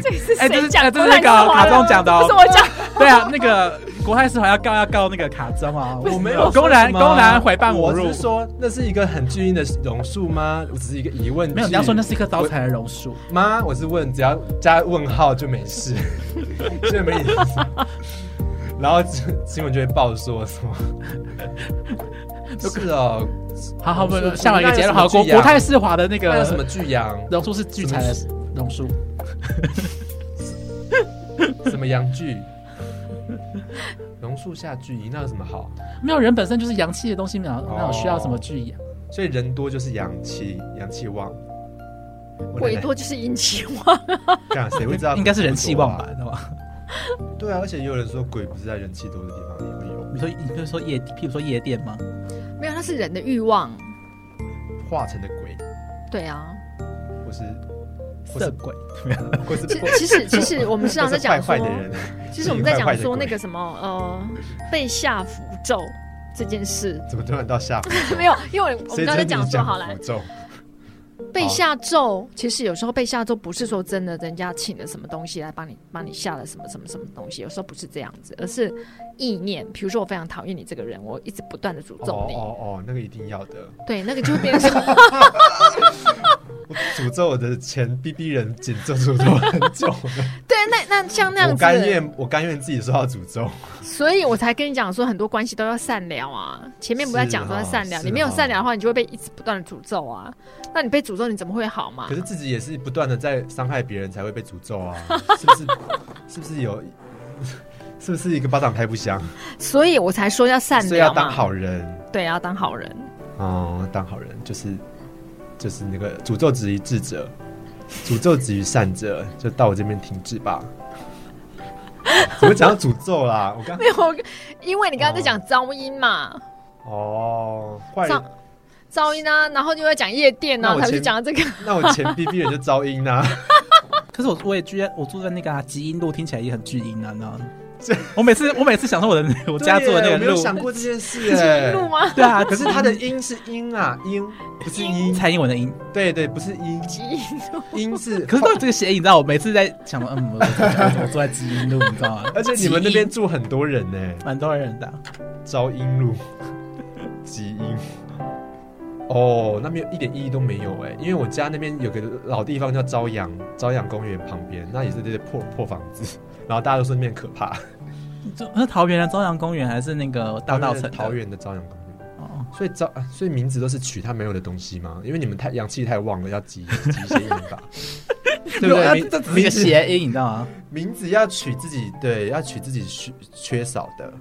[SPEAKER 3] 这个是
[SPEAKER 2] 哎这
[SPEAKER 3] 谁
[SPEAKER 2] 是
[SPEAKER 3] 讲
[SPEAKER 2] 哎
[SPEAKER 3] 的？
[SPEAKER 2] 这是那个
[SPEAKER 3] 不然华
[SPEAKER 2] 卡中讲的哦
[SPEAKER 3] 不是我讲。
[SPEAKER 2] 对啊，那个国泰世华要告要告那个卡中啊，
[SPEAKER 1] 我没有
[SPEAKER 2] 公然
[SPEAKER 1] 说什么
[SPEAKER 2] 公然诽谤我
[SPEAKER 1] 我
[SPEAKER 2] 辱
[SPEAKER 1] 只是，说那是一个很巨婴的榕树吗？我只是一个疑问句，
[SPEAKER 2] 没有，你要说那是一棵招财的榕树，
[SPEAKER 1] 妈，我是问，只要加问号就没事，就没意思。然后新闻就会报说什么？是哦，
[SPEAKER 2] 好好，不
[SPEAKER 1] 榕树
[SPEAKER 2] 下完一个结论，好，
[SPEAKER 1] 那有什么
[SPEAKER 2] 国
[SPEAKER 1] 巨
[SPEAKER 2] 国
[SPEAKER 1] 阳
[SPEAKER 2] 泰世华的啊那
[SPEAKER 1] 那
[SPEAKER 2] 个
[SPEAKER 1] 有什么巨羊？
[SPEAKER 2] 榕树是聚财的榕树，
[SPEAKER 1] 什么羊具？榕树下巨婴，那有什么好？
[SPEAKER 2] 没有人本身就是阳气的东西，没有哪有需要什么聚啊阳？
[SPEAKER 1] 所以人多就是阳气，阳气旺。我奶
[SPEAKER 3] 鬼
[SPEAKER 1] 奶
[SPEAKER 3] 多就是阴气旺，
[SPEAKER 1] 干，谁会知道？
[SPEAKER 2] 应该是人气旺吧，？知道吧？
[SPEAKER 1] 对啊，而且也有人说鬼不是在人气多的地方也会有，
[SPEAKER 2] 你说你就说夜，譬如说夜店吗？
[SPEAKER 3] 没有，那是人的欲望。
[SPEAKER 1] 化成的鬼，
[SPEAKER 3] 对啊，
[SPEAKER 1] 或是或
[SPEAKER 2] 色
[SPEAKER 1] 是
[SPEAKER 2] 鬼，
[SPEAKER 1] 或是
[SPEAKER 3] 其其实其实我们时常
[SPEAKER 1] 或
[SPEAKER 3] 在
[SPEAKER 1] 是坏
[SPEAKER 3] 讲说
[SPEAKER 1] 坏，的人。
[SPEAKER 3] 其实我们在讲
[SPEAKER 1] 坏坏的
[SPEAKER 3] 说
[SPEAKER 1] 鬼
[SPEAKER 3] 那个什么呃被下符咒这件事，
[SPEAKER 1] 怎么突然到下午？
[SPEAKER 3] 没有，因为我我
[SPEAKER 1] 谁
[SPEAKER 3] 们刚才
[SPEAKER 1] 跟
[SPEAKER 3] 讲
[SPEAKER 1] 你
[SPEAKER 3] 说好来
[SPEAKER 1] 符 咒
[SPEAKER 3] 被下咒，其实有时候被下咒不是说真的人家请了什么东西来帮你帮你下了什么什么什么东西，有时候不是这样子，而是意念。比如说我非常讨厌你这个人，我一直不断的诅咒
[SPEAKER 1] 哦
[SPEAKER 3] 你，
[SPEAKER 1] 哦哦，那个一定要的。
[SPEAKER 3] 对，那个就会变成说
[SPEAKER 1] 我诅咒我的前 B B 人紧咒诅咒很久 了，
[SPEAKER 3] 对，那那 像那样
[SPEAKER 1] 我甘
[SPEAKER 3] 子，啊
[SPEAKER 1] 愿我甘愿自己受到诅咒。
[SPEAKER 3] 所以我才跟你讲说很多关系都要善良啊。前面不在讲说要善良，
[SPEAKER 1] 是哦
[SPEAKER 3] 你没有善良的话，你就会被一直不断的诅咒啊。那你被诅咒，你怎么会好嘛
[SPEAKER 1] 可？是自己也是不断的在伤害别人才会被诅咒 啊，是不是？是不是有？ 是不是一个巴掌拍不响？
[SPEAKER 3] 所以我才说要善
[SPEAKER 1] 所以要
[SPEAKER 3] 良
[SPEAKER 1] 当
[SPEAKER 3] 嘛，
[SPEAKER 1] 好人
[SPEAKER 3] 对，要当好人。
[SPEAKER 1] 哦，当好人就是就是那个诅咒止于智者，诅咒止于善者，就到我这边停止吧。怎么讲到诅咒啦？我刚
[SPEAKER 3] 没有，因为你刚刚在讲噪音嘛。
[SPEAKER 1] 哦，坏人
[SPEAKER 3] 上噪音啊，然后就会讲夜店
[SPEAKER 1] 那
[SPEAKER 3] 啊，
[SPEAKER 1] 我
[SPEAKER 3] 才
[SPEAKER 1] 前
[SPEAKER 3] 去讲这个。
[SPEAKER 1] 那我前 B B 人就招阴啊啦、
[SPEAKER 2] 可是我我也居然我住在那个啊基因路，听起来也很巨婴啊，你知道吗
[SPEAKER 1] 这？
[SPEAKER 2] 我每次我每次想说我的那个我家住的
[SPEAKER 1] 对
[SPEAKER 2] 那个
[SPEAKER 1] 我没有
[SPEAKER 2] 路，
[SPEAKER 1] 想过这件事
[SPEAKER 3] 进
[SPEAKER 1] 哎、
[SPEAKER 3] 入吗？
[SPEAKER 2] 对啊，
[SPEAKER 1] 可 是它的音是音啊，音不是音，
[SPEAKER 2] 蔡英文的音，
[SPEAKER 1] 对对，不是音，
[SPEAKER 3] 基
[SPEAKER 1] 哎
[SPEAKER 3] 因
[SPEAKER 1] 音 是。
[SPEAKER 2] 可是到底这个谐音，你知道，我每次在想说，嗯，我我我住在基因路，你知道吗？
[SPEAKER 1] 而且你们那边
[SPEAKER 2] 基
[SPEAKER 1] 住很多人呢、
[SPEAKER 2] 因蛮多人的啊，
[SPEAKER 1] 招音路， 吉音。哦，那边一点意义都没有哎、因为我家那边有个老地方叫朝阳，朝阳公园旁边，那也是这些破破房子， 然后大家都说那边可怕。
[SPEAKER 2] 就那桃园的朝阳公园还是那个大道城的
[SPEAKER 1] 桃园的朝阳公园。
[SPEAKER 2] 哦，
[SPEAKER 1] 所以招，啊所以名字都是取它没有的东西吗？因为你们太阳气太旺了，要 集集一些音吧，对不
[SPEAKER 2] 没有啊
[SPEAKER 1] 对？名
[SPEAKER 2] 这只是一个
[SPEAKER 1] 名字
[SPEAKER 2] 谐音，你知道吗？
[SPEAKER 1] 名字要取自己对，要取自己缺缺少的。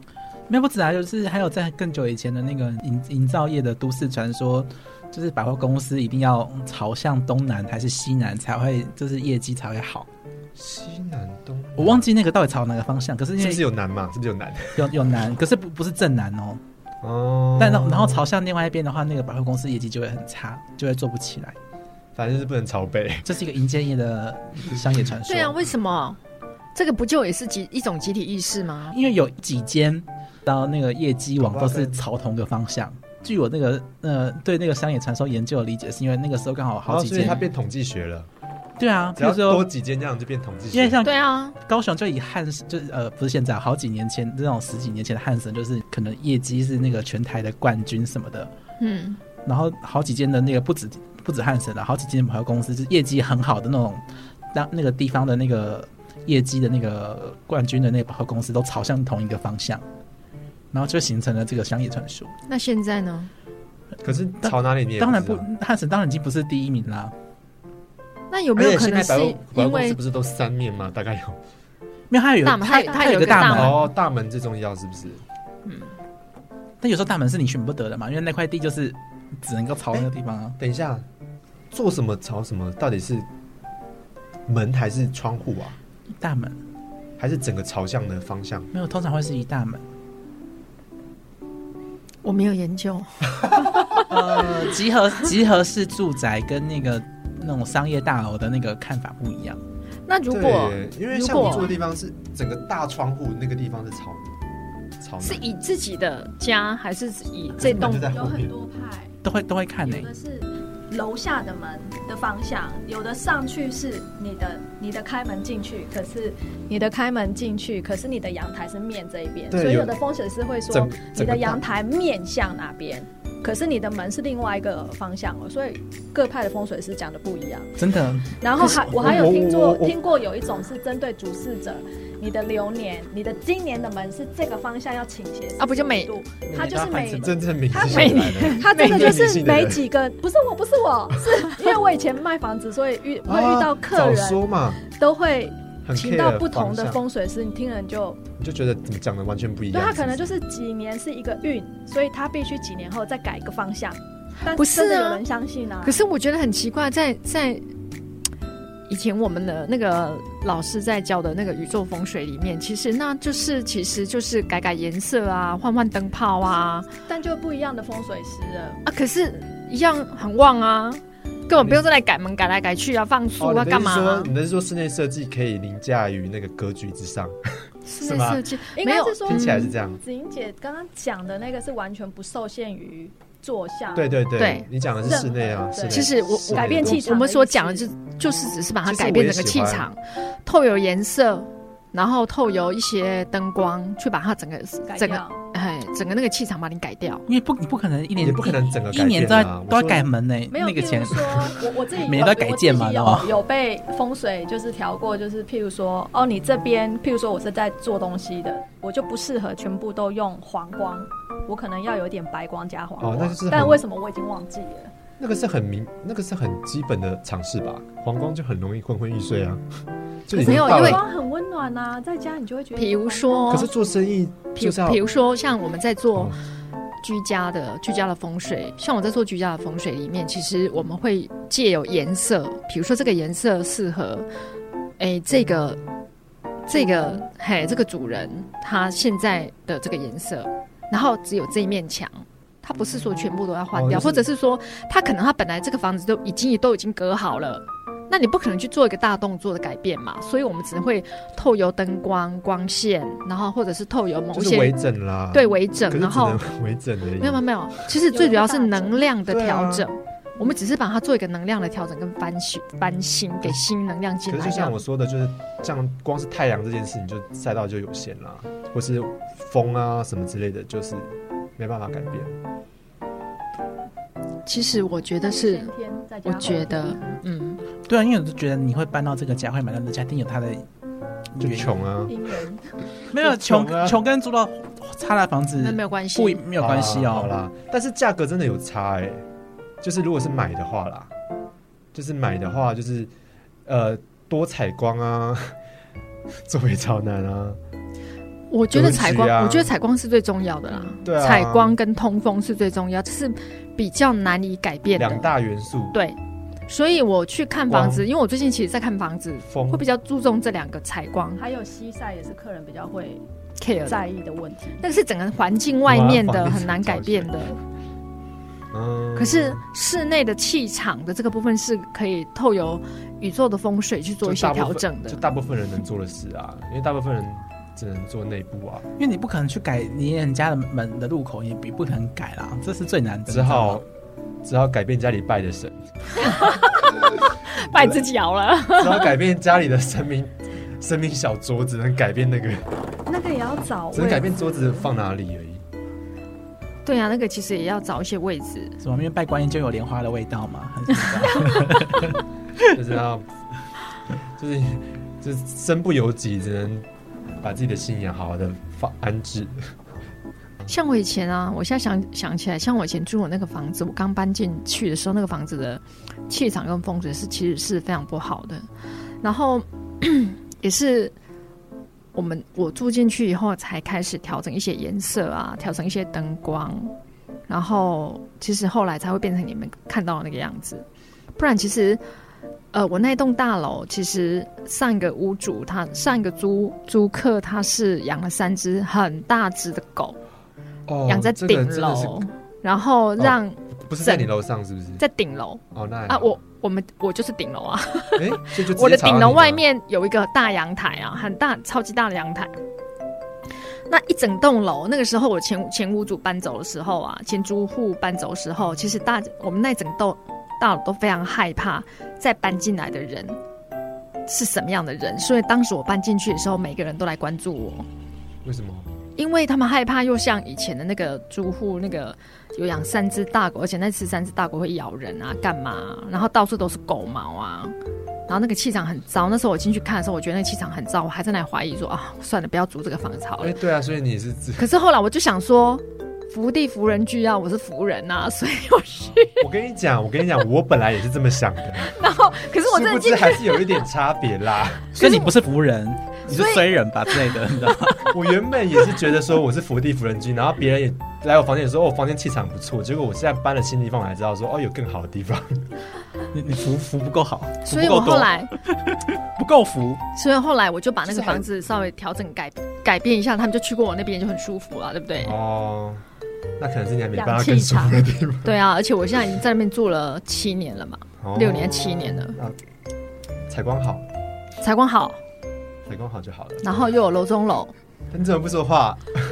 [SPEAKER 2] 没有不止啊，就是还有在更久以前的那个营营造业的都市传说，就是百货公司一定要朝向东南还是西南才会，就是业绩才会好。
[SPEAKER 1] 西南东，
[SPEAKER 2] 我忘记那个到底朝哪个方向，可是因
[SPEAKER 1] 是不
[SPEAKER 2] 为
[SPEAKER 1] 是有南嘛？是不是有 南？
[SPEAKER 2] 有有南，可是不不是正南哦，
[SPEAKER 1] 哦，
[SPEAKER 2] 但然后然后朝向另外一边的话，那个百货公司业绩就会很差，就会做不起来。
[SPEAKER 1] 反正就是不能朝北。
[SPEAKER 2] 这是一个银建业的商业传说。
[SPEAKER 1] 哦
[SPEAKER 3] 对啊，为什么？这个不就也是集一种集体意识吗？
[SPEAKER 2] 因为有几间，然后那个业绩网都
[SPEAKER 1] 搞不好
[SPEAKER 2] 是
[SPEAKER 1] 跟
[SPEAKER 2] 朝同个方向。据我那个呃对那个商业传说研究的理解，是因为那个时候刚好有
[SPEAKER 1] 然
[SPEAKER 2] 好
[SPEAKER 1] 后哦
[SPEAKER 2] 几
[SPEAKER 1] 所以它
[SPEAKER 2] 间，
[SPEAKER 1] 变统计学了，
[SPEAKER 2] 对啊，
[SPEAKER 1] 只
[SPEAKER 2] 比
[SPEAKER 1] 要
[SPEAKER 2] 如
[SPEAKER 1] 多
[SPEAKER 2] 说
[SPEAKER 1] 几间这样就变统计学。
[SPEAKER 2] 因为像
[SPEAKER 3] 对啊，
[SPEAKER 2] 高雄就以汉神就是呃不是现在啊好几年前这种十几年前的汉神，就是可能业绩是那个全台的冠军什么的，
[SPEAKER 3] 嗯，
[SPEAKER 2] 然后好几间的那个不止不止汉神的，好几间百货公司就是业绩很好的那种，当那个地方的那个业绩的那个冠军的那个百货公司都朝向同一个方向，然后就形成了这个商业传说。
[SPEAKER 3] 那现在呢？
[SPEAKER 1] 可是朝哪里你也
[SPEAKER 2] 当然
[SPEAKER 1] 不
[SPEAKER 2] 不
[SPEAKER 1] 知道。，
[SPEAKER 2] 汉神当然已经不是第一名啦。
[SPEAKER 3] 那有
[SPEAKER 1] 而
[SPEAKER 3] 没有
[SPEAKER 1] 且
[SPEAKER 3] 可
[SPEAKER 1] 现
[SPEAKER 3] 能
[SPEAKER 1] 在
[SPEAKER 3] 是
[SPEAKER 1] 百货百货
[SPEAKER 3] 因
[SPEAKER 1] 公司
[SPEAKER 3] 为
[SPEAKER 1] 不是都三面吗？大概有
[SPEAKER 2] 没有，他有
[SPEAKER 3] 大门它
[SPEAKER 2] 他
[SPEAKER 3] 有它
[SPEAKER 2] 他
[SPEAKER 3] 有
[SPEAKER 2] 个
[SPEAKER 3] 一个大
[SPEAKER 2] 门，
[SPEAKER 3] 门
[SPEAKER 1] 哦，大门最重要是不是？
[SPEAKER 2] 但有时候大门是你选不得的嘛，因为那块地就是只能够朝那个地方啊。
[SPEAKER 1] 等一下，做什么朝什么，到底是门还是窗户啊？
[SPEAKER 2] 一大门
[SPEAKER 1] 还是整个朝向的方向？
[SPEAKER 2] 没有，通常会是一大门。
[SPEAKER 3] 我没有研究，
[SPEAKER 2] 呃，集合集合式住宅跟那个那种商业大楼的那个看法不一样。
[SPEAKER 3] 那如果
[SPEAKER 1] 对，因为
[SPEAKER 3] 如
[SPEAKER 1] 像我
[SPEAKER 3] 果
[SPEAKER 1] 住的地方是整个大窗户那个地方是朝朝
[SPEAKER 3] 是
[SPEAKER 1] 南，
[SPEAKER 3] 以自己的家，还是以这栋
[SPEAKER 1] 就？在
[SPEAKER 4] 有
[SPEAKER 1] 后
[SPEAKER 4] 很
[SPEAKER 1] 面。
[SPEAKER 4] 多派，
[SPEAKER 2] 都会都会看呢、欸
[SPEAKER 4] 有的是楼下的门的方向，有的上去是你的你的开门进去，可是你的开门进去，可是你的阳台是面这一边，
[SPEAKER 1] 对
[SPEAKER 4] 所以
[SPEAKER 1] 有
[SPEAKER 4] 有的风水师会说
[SPEAKER 1] 整
[SPEAKER 4] 你
[SPEAKER 1] 整个
[SPEAKER 4] 的阳
[SPEAKER 1] 大
[SPEAKER 4] 台面向哪边。可是你的门是另外一个方向哦，所以各派的风水师讲的不一样。
[SPEAKER 2] 真的
[SPEAKER 4] 然后还
[SPEAKER 1] 可是
[SPEAKER 4] 我还有听
[SPEAKER 1] 我
[SPEAKER 4] 过
[SPEAKER 1] 我我
[SPEAKER 4] 听过有一种是针对主事者，你的流年，你的今年的门是这个方向要倾斜
[SPEAKER 3] 啊不就每
[SPEAKER 4] 45度，它就是每
[SPEAKER 2] 每年都要换一次门
[SPEAKER 1] 真正明
[SPEAKER 4] 他
[SPEAKER 1] 星
[SPEAKER 4] 每
[SPEAKER 1] 来的
[SPEAKER 4] 他真的就是没
[SPEAKER 1] 人
[SPEAKER 4] 几个，不是我，不是 我，是因为我以前卖房子，所以遇会遇到客
[SPEAKER 1] 啊早
[SPEAKER 4] 人
[SPEAKER 1] 说嘛，
[SPEAKER 4] 都会
[SPEAKER 1] 很
[SPEAKER 4] 请到
[SPEAKER 1] care
[SPEAKER 4] 不同的
[SPEAKER 1] 方向
[SPEAKER 4] 风水师，你听了你就
[SPEAKER 1] 你就觉得怎么讲的完全不一
[SPEAKER 4] 对
[SPEAKER 1] 样。
[SPEAKER 4] 他可能
[SPEAKER 1] 是
[SPEAKER 4] 就是几年是一个运，所以他必须几年后再改一个方向。但
[SPEAKER 3] 不是啊
[SPEAKER 4] 真的有人相信啊
[SPEAKER 3] 可？是我觉得很奇怪，在在以前我们的那个老师在教的那个宇宙风水里面，其实那就是其实就是改改颜色啊，换换灯泡啊
[SPEAKER 4] 但就不一样的风水师了。
[SPEAKER 3] 啊，可是一样很旺啊，根本不用再来改门改来改去啊，放
[SPEAKER 1] 不是
[SPEAKER 3] 书
[SPEAKER 1] 哦
[SPEAKER 3] 啊，
[SPEAKER 1] 你的意
[SPEAKER 3] 干
[SPEAKER 1] 思
[SPEAKER 3] 嘛
[SPEAKER 1] 说
[SPEAKER 3] 啊？
[SPEAKER 1] 你的意思说室内设计可以凌驾于那个格局之上，
[SPEAKER 3] 嗯室
[SPEAKER 1] 是
[SPEAKER 3] 内
[SPEAKER 1] 吗
[SPEAKER 3] 设计
[SPEAKER 4] 应
[SPEAKER 3] 没
[SPEAKER 4] 该
[SPEAKER 3] 有
[SPEAKER 4] 是说，
[SPEAKER 1] 听起来是这样。
[SPEAKER 4] 子英姐刚刚讲的那个是完全不受限于坐向，
[SPEAKER 1] 对对对，
[SPEAKER 3] 对
[SPEAKER 1] 你讲的是室内啊，室内
[SPEAKER 4] 对
[SPEAKER 3] 其实我
[SPEAKER 1] 室
[SPEAKER 3] 我
[SPEAKER 1] 内
[SPEAKER 4] 改变气
[SPEAKER 3] 我
[SPEAKER 4] 场
[SPEAKER 3] 我们
[SPEAKER 4] 的
[SPEAKER 3] 所
[SPEAKER 4] 意思
[SPEAKER 3] 讲的就就是只是把它
[SPEAKER 1] 其实
[SPEAKER 3] 改
[SPEAKER 1] 我
[SPEAKER 3] 变
[SPEAKER 1] 也
[SPEAKER 3] 整个
[SPEAKER 1] 喜
[SPEAKER 3] 气
[SPEAKER 1] 欢
[SPEAKER 3] 场，透有颜色，然后透有一些灯光，去把它整个
[SPEAKER 4] 改
[SPEAKER 3] 整个
[SPEAKER 4] 掉。
[SPEAKER 3] 哎整个那个气场把你改掉。
[SPEAKER 2] 因为不你不可能一年
[SPEAKER 1] 也不可能整个
[SPEAKER 2] 一一
[SPEAKER 1] 改
[SPEAKER 2] 年
[SPEAKER 1] 变
[SPEAKER 2] 都在
[SPEAKER 1] 啊。
[SPEAKER 2] 都
[SPEAKER 1] 我
[SPEAKER 2] 要
[SPEAKER 1] 说
[SPEAKER 2] 改门呢、
[SPEAKER 4] 没有，
[SPEAKER 2] 那个
[SPEAKER 4] 譬
[SPEAKER 2] 钱
[SPEAKER 4] 每年都要改建嘛然后如说我我自 己有有被风水就是调过，就是譬如说，哦，你这边譬如说我是在做东西的，我就不适合全部都用黄光，我可能要有点白光加黄光。
[SPEAKER 1] 哦那就是很
[SPEAKER 4] 但为什么我已经忘记了？
[SPEAKER 1] 那个是很明，那个是很基本的尝试吧。黄光就很容易昏昏欲睡 啊，就已经
[SPEAKER 3] 没有
[SPEAKER 1] 到
[SPEAKER 3] 因
[SPEAKER 1] 了
[SPEAKER 3] 为
[SPEAKER 4] 哦光很温暖呐、在家你就会觉得。
[SPEAKER 3] 比如，说
[SPEAKER 1] 可，是做生意
[SPEAKER 3] 比
[SPEAKER 1] 就是要
[SPEAKER 3] 比如说像我们在做
[SPEAKER 1] 哦
[SPEAKER 3] 居家的居家的风水，像我在做居家的风水里面，其实我们会借由颜色，比如说这个颜色适合，哎，这个这个嘿，这个主人他现在的这个颜色，然后只有这一面墙。他不是说全部都要换
[SPEAKER 1] 哦
[SPEAKER 3] 掉，
[SPEAKER 1] 就是
[SPEAKER 3] 或者是说他可能他本来这个房子都已经都已经隔好了，那你不可能去做一个大动作的改变嘛，所以我们只能会透由灯光、光线，然后或者是透由某
[SPEAKER 1] 就是
[SPEAKER 3] 些
[SPEAKER 1] 微整啦，
[SPEAKER 3] 对微整
[SPEAKER 1] 可，是只
[SPEAKER 3] 然后
[SPEAKER 1] 能微整而已。
[SPEAKER 3] 没有没有没有，其实最主要是能量的调
[SPEAKER 1] 对啊
[SPEAKER 3] 整，我们只是把它做一个能量的调整跟翻新翻新，给新能量进
[SPEAKER 1] 可是
[SPEAKER 3] 来。
[SPEAKER 1] 就
[SPEAKER 3] 这样
[SPEAKER 1] 像我说的，就是像光是太阳这件事，你就赛道就有限啦，或是风啊什么之类的，就是没办法改变。
[SPEAKER 3] 其实我觉得是
[SPEAKER 4] 先，天在家
[SPEAKER 3] 我
[SPEAKER 4] 后
[SPEAKER 3] 觉得嗯，
[SPEAKER 2] 对啊，因为我就觉得你会搬到这个家，会买到这个家，一定有它的
[SPEAKER 1] 就
[SPEAKER 2] 原因，
[SPEAKER 1] 穷啊，
[SPEAKER 4] 姻缘
[SPEAKER 2] 没有
[SPEAKER 1] 就穷
[SPEAKER 2] 穷
[SPEAKER 1] 啊
[SPEAKER 2] 穷跟租到差的房子
[SPEAKER 1] 嗯
[SPEAKER 3] 那没有关系
[SPEAKER 2] 不一，没有关系
[SPEAKER 1] 啊好
[SPEAKER 2] 哦。
[SPEAKER 1] 啦，但是价格真的有差哎、就是如果是买的话啦，就是买的话就是呃多采光啊， 作为朝南啊，
[SPEAKER 3] 我觉得采光
[SPEAKER 1] 格局，啊
[SPEAKER 3] 我觉得采光是最重要的啦。
[SPEAKER 1] 对啊，
[SPEAKER 3] 采光跟通风是最重要，这是比较难以改变
[SPEAKER 1] 两
[SPEAKER 3] 的。
[SPEAKER 1] 大元素，
[SPEAKER 3] 对，所以我去看房子，
[SPEAKER 1] 光
[SPEAKER 3] 因为我最近其实在看房子，
[SPEAKER 1] 风啊
[SPEAKER 3] 会比较注重这两个采光
[SPEAKER 4] 还有西晒也是客人比较会
[SPEAKER 3] care 的，
[SPEAKER 4] 在意的问题。
[SPEAKER 3] 但是整个环境外面
[SPEAKER 1] 哇
[SPEAKER 3] 的
[SPEAKER 1] 房地
[SPEAKER 3] 很难改变的。
[SPEAKER 1] 嗯，
[SPEAKER 3] 可是室内的气场的这个部分是可以透由宇宙的风水去做一些
[SPEAKER 1] 就大部分
[SPEAKER 3] 调整的
[SPEAKER 1] 就。大部分人能做的事啊，因为大部分人只能做内部啊，
[SPEAKER 2] 因为你不可能去改你人家的门的入口，也不不可能改啦，这是最难的。
[SPEAKER 1] 只好只好改变家里拜的神，
[SPEAKER 3] 拜自己熬了，
[SPEAKER 1] 只好改变家里的神明。神明小桌只能改变那个，
[SPEAKER 4] 那个也要找
[SPEAKER 1] 只能改变桌子放哪里而已。
[SPEAKER 3] 对啊，那个其实也要找一些位置。
[SPEAKER 2] 什么？因为拜观音就有莲花的味道嘛，啊还是什么
[SPEAKER 1] 就是要，就是就是身不由己，只能把自己的信仰好好的放安置。
[SPEAKER 3] 像我以前啊，我现在想想起来，像我以前住我那个房子，我刚搬进去的时候，那个房子的气场跟风水是其实是非常不好的。然后 也是我们我住进去以后，才开始调整一些颜色啊，调整一些灯光，然后其实后来才会变成你们看到的那个样子。不然其实，呃，我那栋大楼其实上一个屋主他上一个租租客他是养了三只很大只的狗，
[SPEAKER 1] 哦，
[SPEAKER 3] 养在
[SPEAKER 1] 这个
[SPEAKER 3] 顶
[SPEAKER 1] 真的是哦
[SPEAKER 3] 楼，然后让
[SPEAKER 1] 不是在你楼上是不是？
[SPEAKER 3] 在顶楼
[SPEAKER 1] 哦，那还
[SPEAKER 3] 啊，
[SPEAKER 1] 好
[SPEAKER 3] 我我们我就是顶楼啊，
[SPEAKER 1] 哎，所以就直接
[SPEAKER 3] 我的
[SPEAKER 1] 吵到
[SPEAKER 3] 顶楼
[SPEAKER 1] 你
[SPEAKER 3] 外
[SPEAKER 1] 吗，
[SPEAKER 3] 面有一个大阳台啊，很大，超级大的阳台。那一整栋楼，那个时候我前前屋主搬走的时候啊，前租户搬走的时候，其实大我们那整栋大楼都非常害怕再搬进来的人是什么样的人，所以当时我搬进去的时候，每个人都来关注我，
[SPEAKER 1] 为什么？
[SPEAKER 3] 因为他们害怕又像以前的那个租户那个有养三只大狗，而且那次三只大狗会咬人啊，干嘛啊、然后到处都是狗毛啊，然后那个气场很糟。那时候我进去看的时候，我觉得那个气场很糟，我还在那里怀疑说啊，算了，不要租这个房子好了
[SPEAKER 1] 哎，。对啊，所以你是自，
[SPEAKER 3] 可是后来我就想说，福地福人居啊，我是福人呐、所以我 是，
[SPEAKER 1] 我跟你讲，我跟你讲，我本来也是这么想的，
[SPEAKER 3] 然后 可是我真
[SPEAKER 1] 殊
[SPEAKER 3] 的
[SPEAKER 1] 不
[SPEAKER 3] 进
[SPEAKER 1] 知
[SPEAKER 3] 去，
[SPEAKER 1] 还是有一点差别啦。
[SPEAKER 2] 所以你不是服人，你是衰人吧之类 的，你知道吗？
[SPEAKER 1] 我原本也是觉得说我是伏地福人居，然后别人也来我房间说，哦，我房间气场不错。结果我现在搬了新地方，我才知道说，哦，有更好的地 方。
[SPEAKER 2] 你你服服不够好，服
[SPEAKER 3] 所以
[SPEAKER 2] 不
[SPEAKER 3] 我
[SPEAKER 2] 够
[SPEAKER 3] 后
[SPEAKER 2] 多，
[SPEAKER 3] 来
[SPEAKER 2] 不够服。
[SPEAKER 3] 所以后来我就把那
[SPEAKER 1] 就是
[SPEAKER 3] 个
[SPEAKER 1] 还
[SPEAKER 3] 房子稍微调整改改变一下，他们就去过我那边就很舒服了，对不对？
[SPEAKER 1] 哦，那可能是你还没搬
[SPEAKER 4] 氧
[SPEAKER 1] 到
[SPEAKER 4] 气
[SPEAKER 1] 更舒服的地方。
[SPEAKER 3] 对啊，而且我现在已经在那边住了七年了嘛，
[SPEAKER 1] 哦啊
[SPEAKER 3] 六年七年了，
[SPEAKER 1] 采光好，
[SPEAKER 3] 采光好，
[SPEAKER 1] 采光好就好了。
[SPEAKER 3] 然后又有楼中楼，
[SPEAKER 1] 但你怎么不说
[SPEAKER 2] 啊
[SPEAKER 1] 话？
[SPEAKER 2] 嗯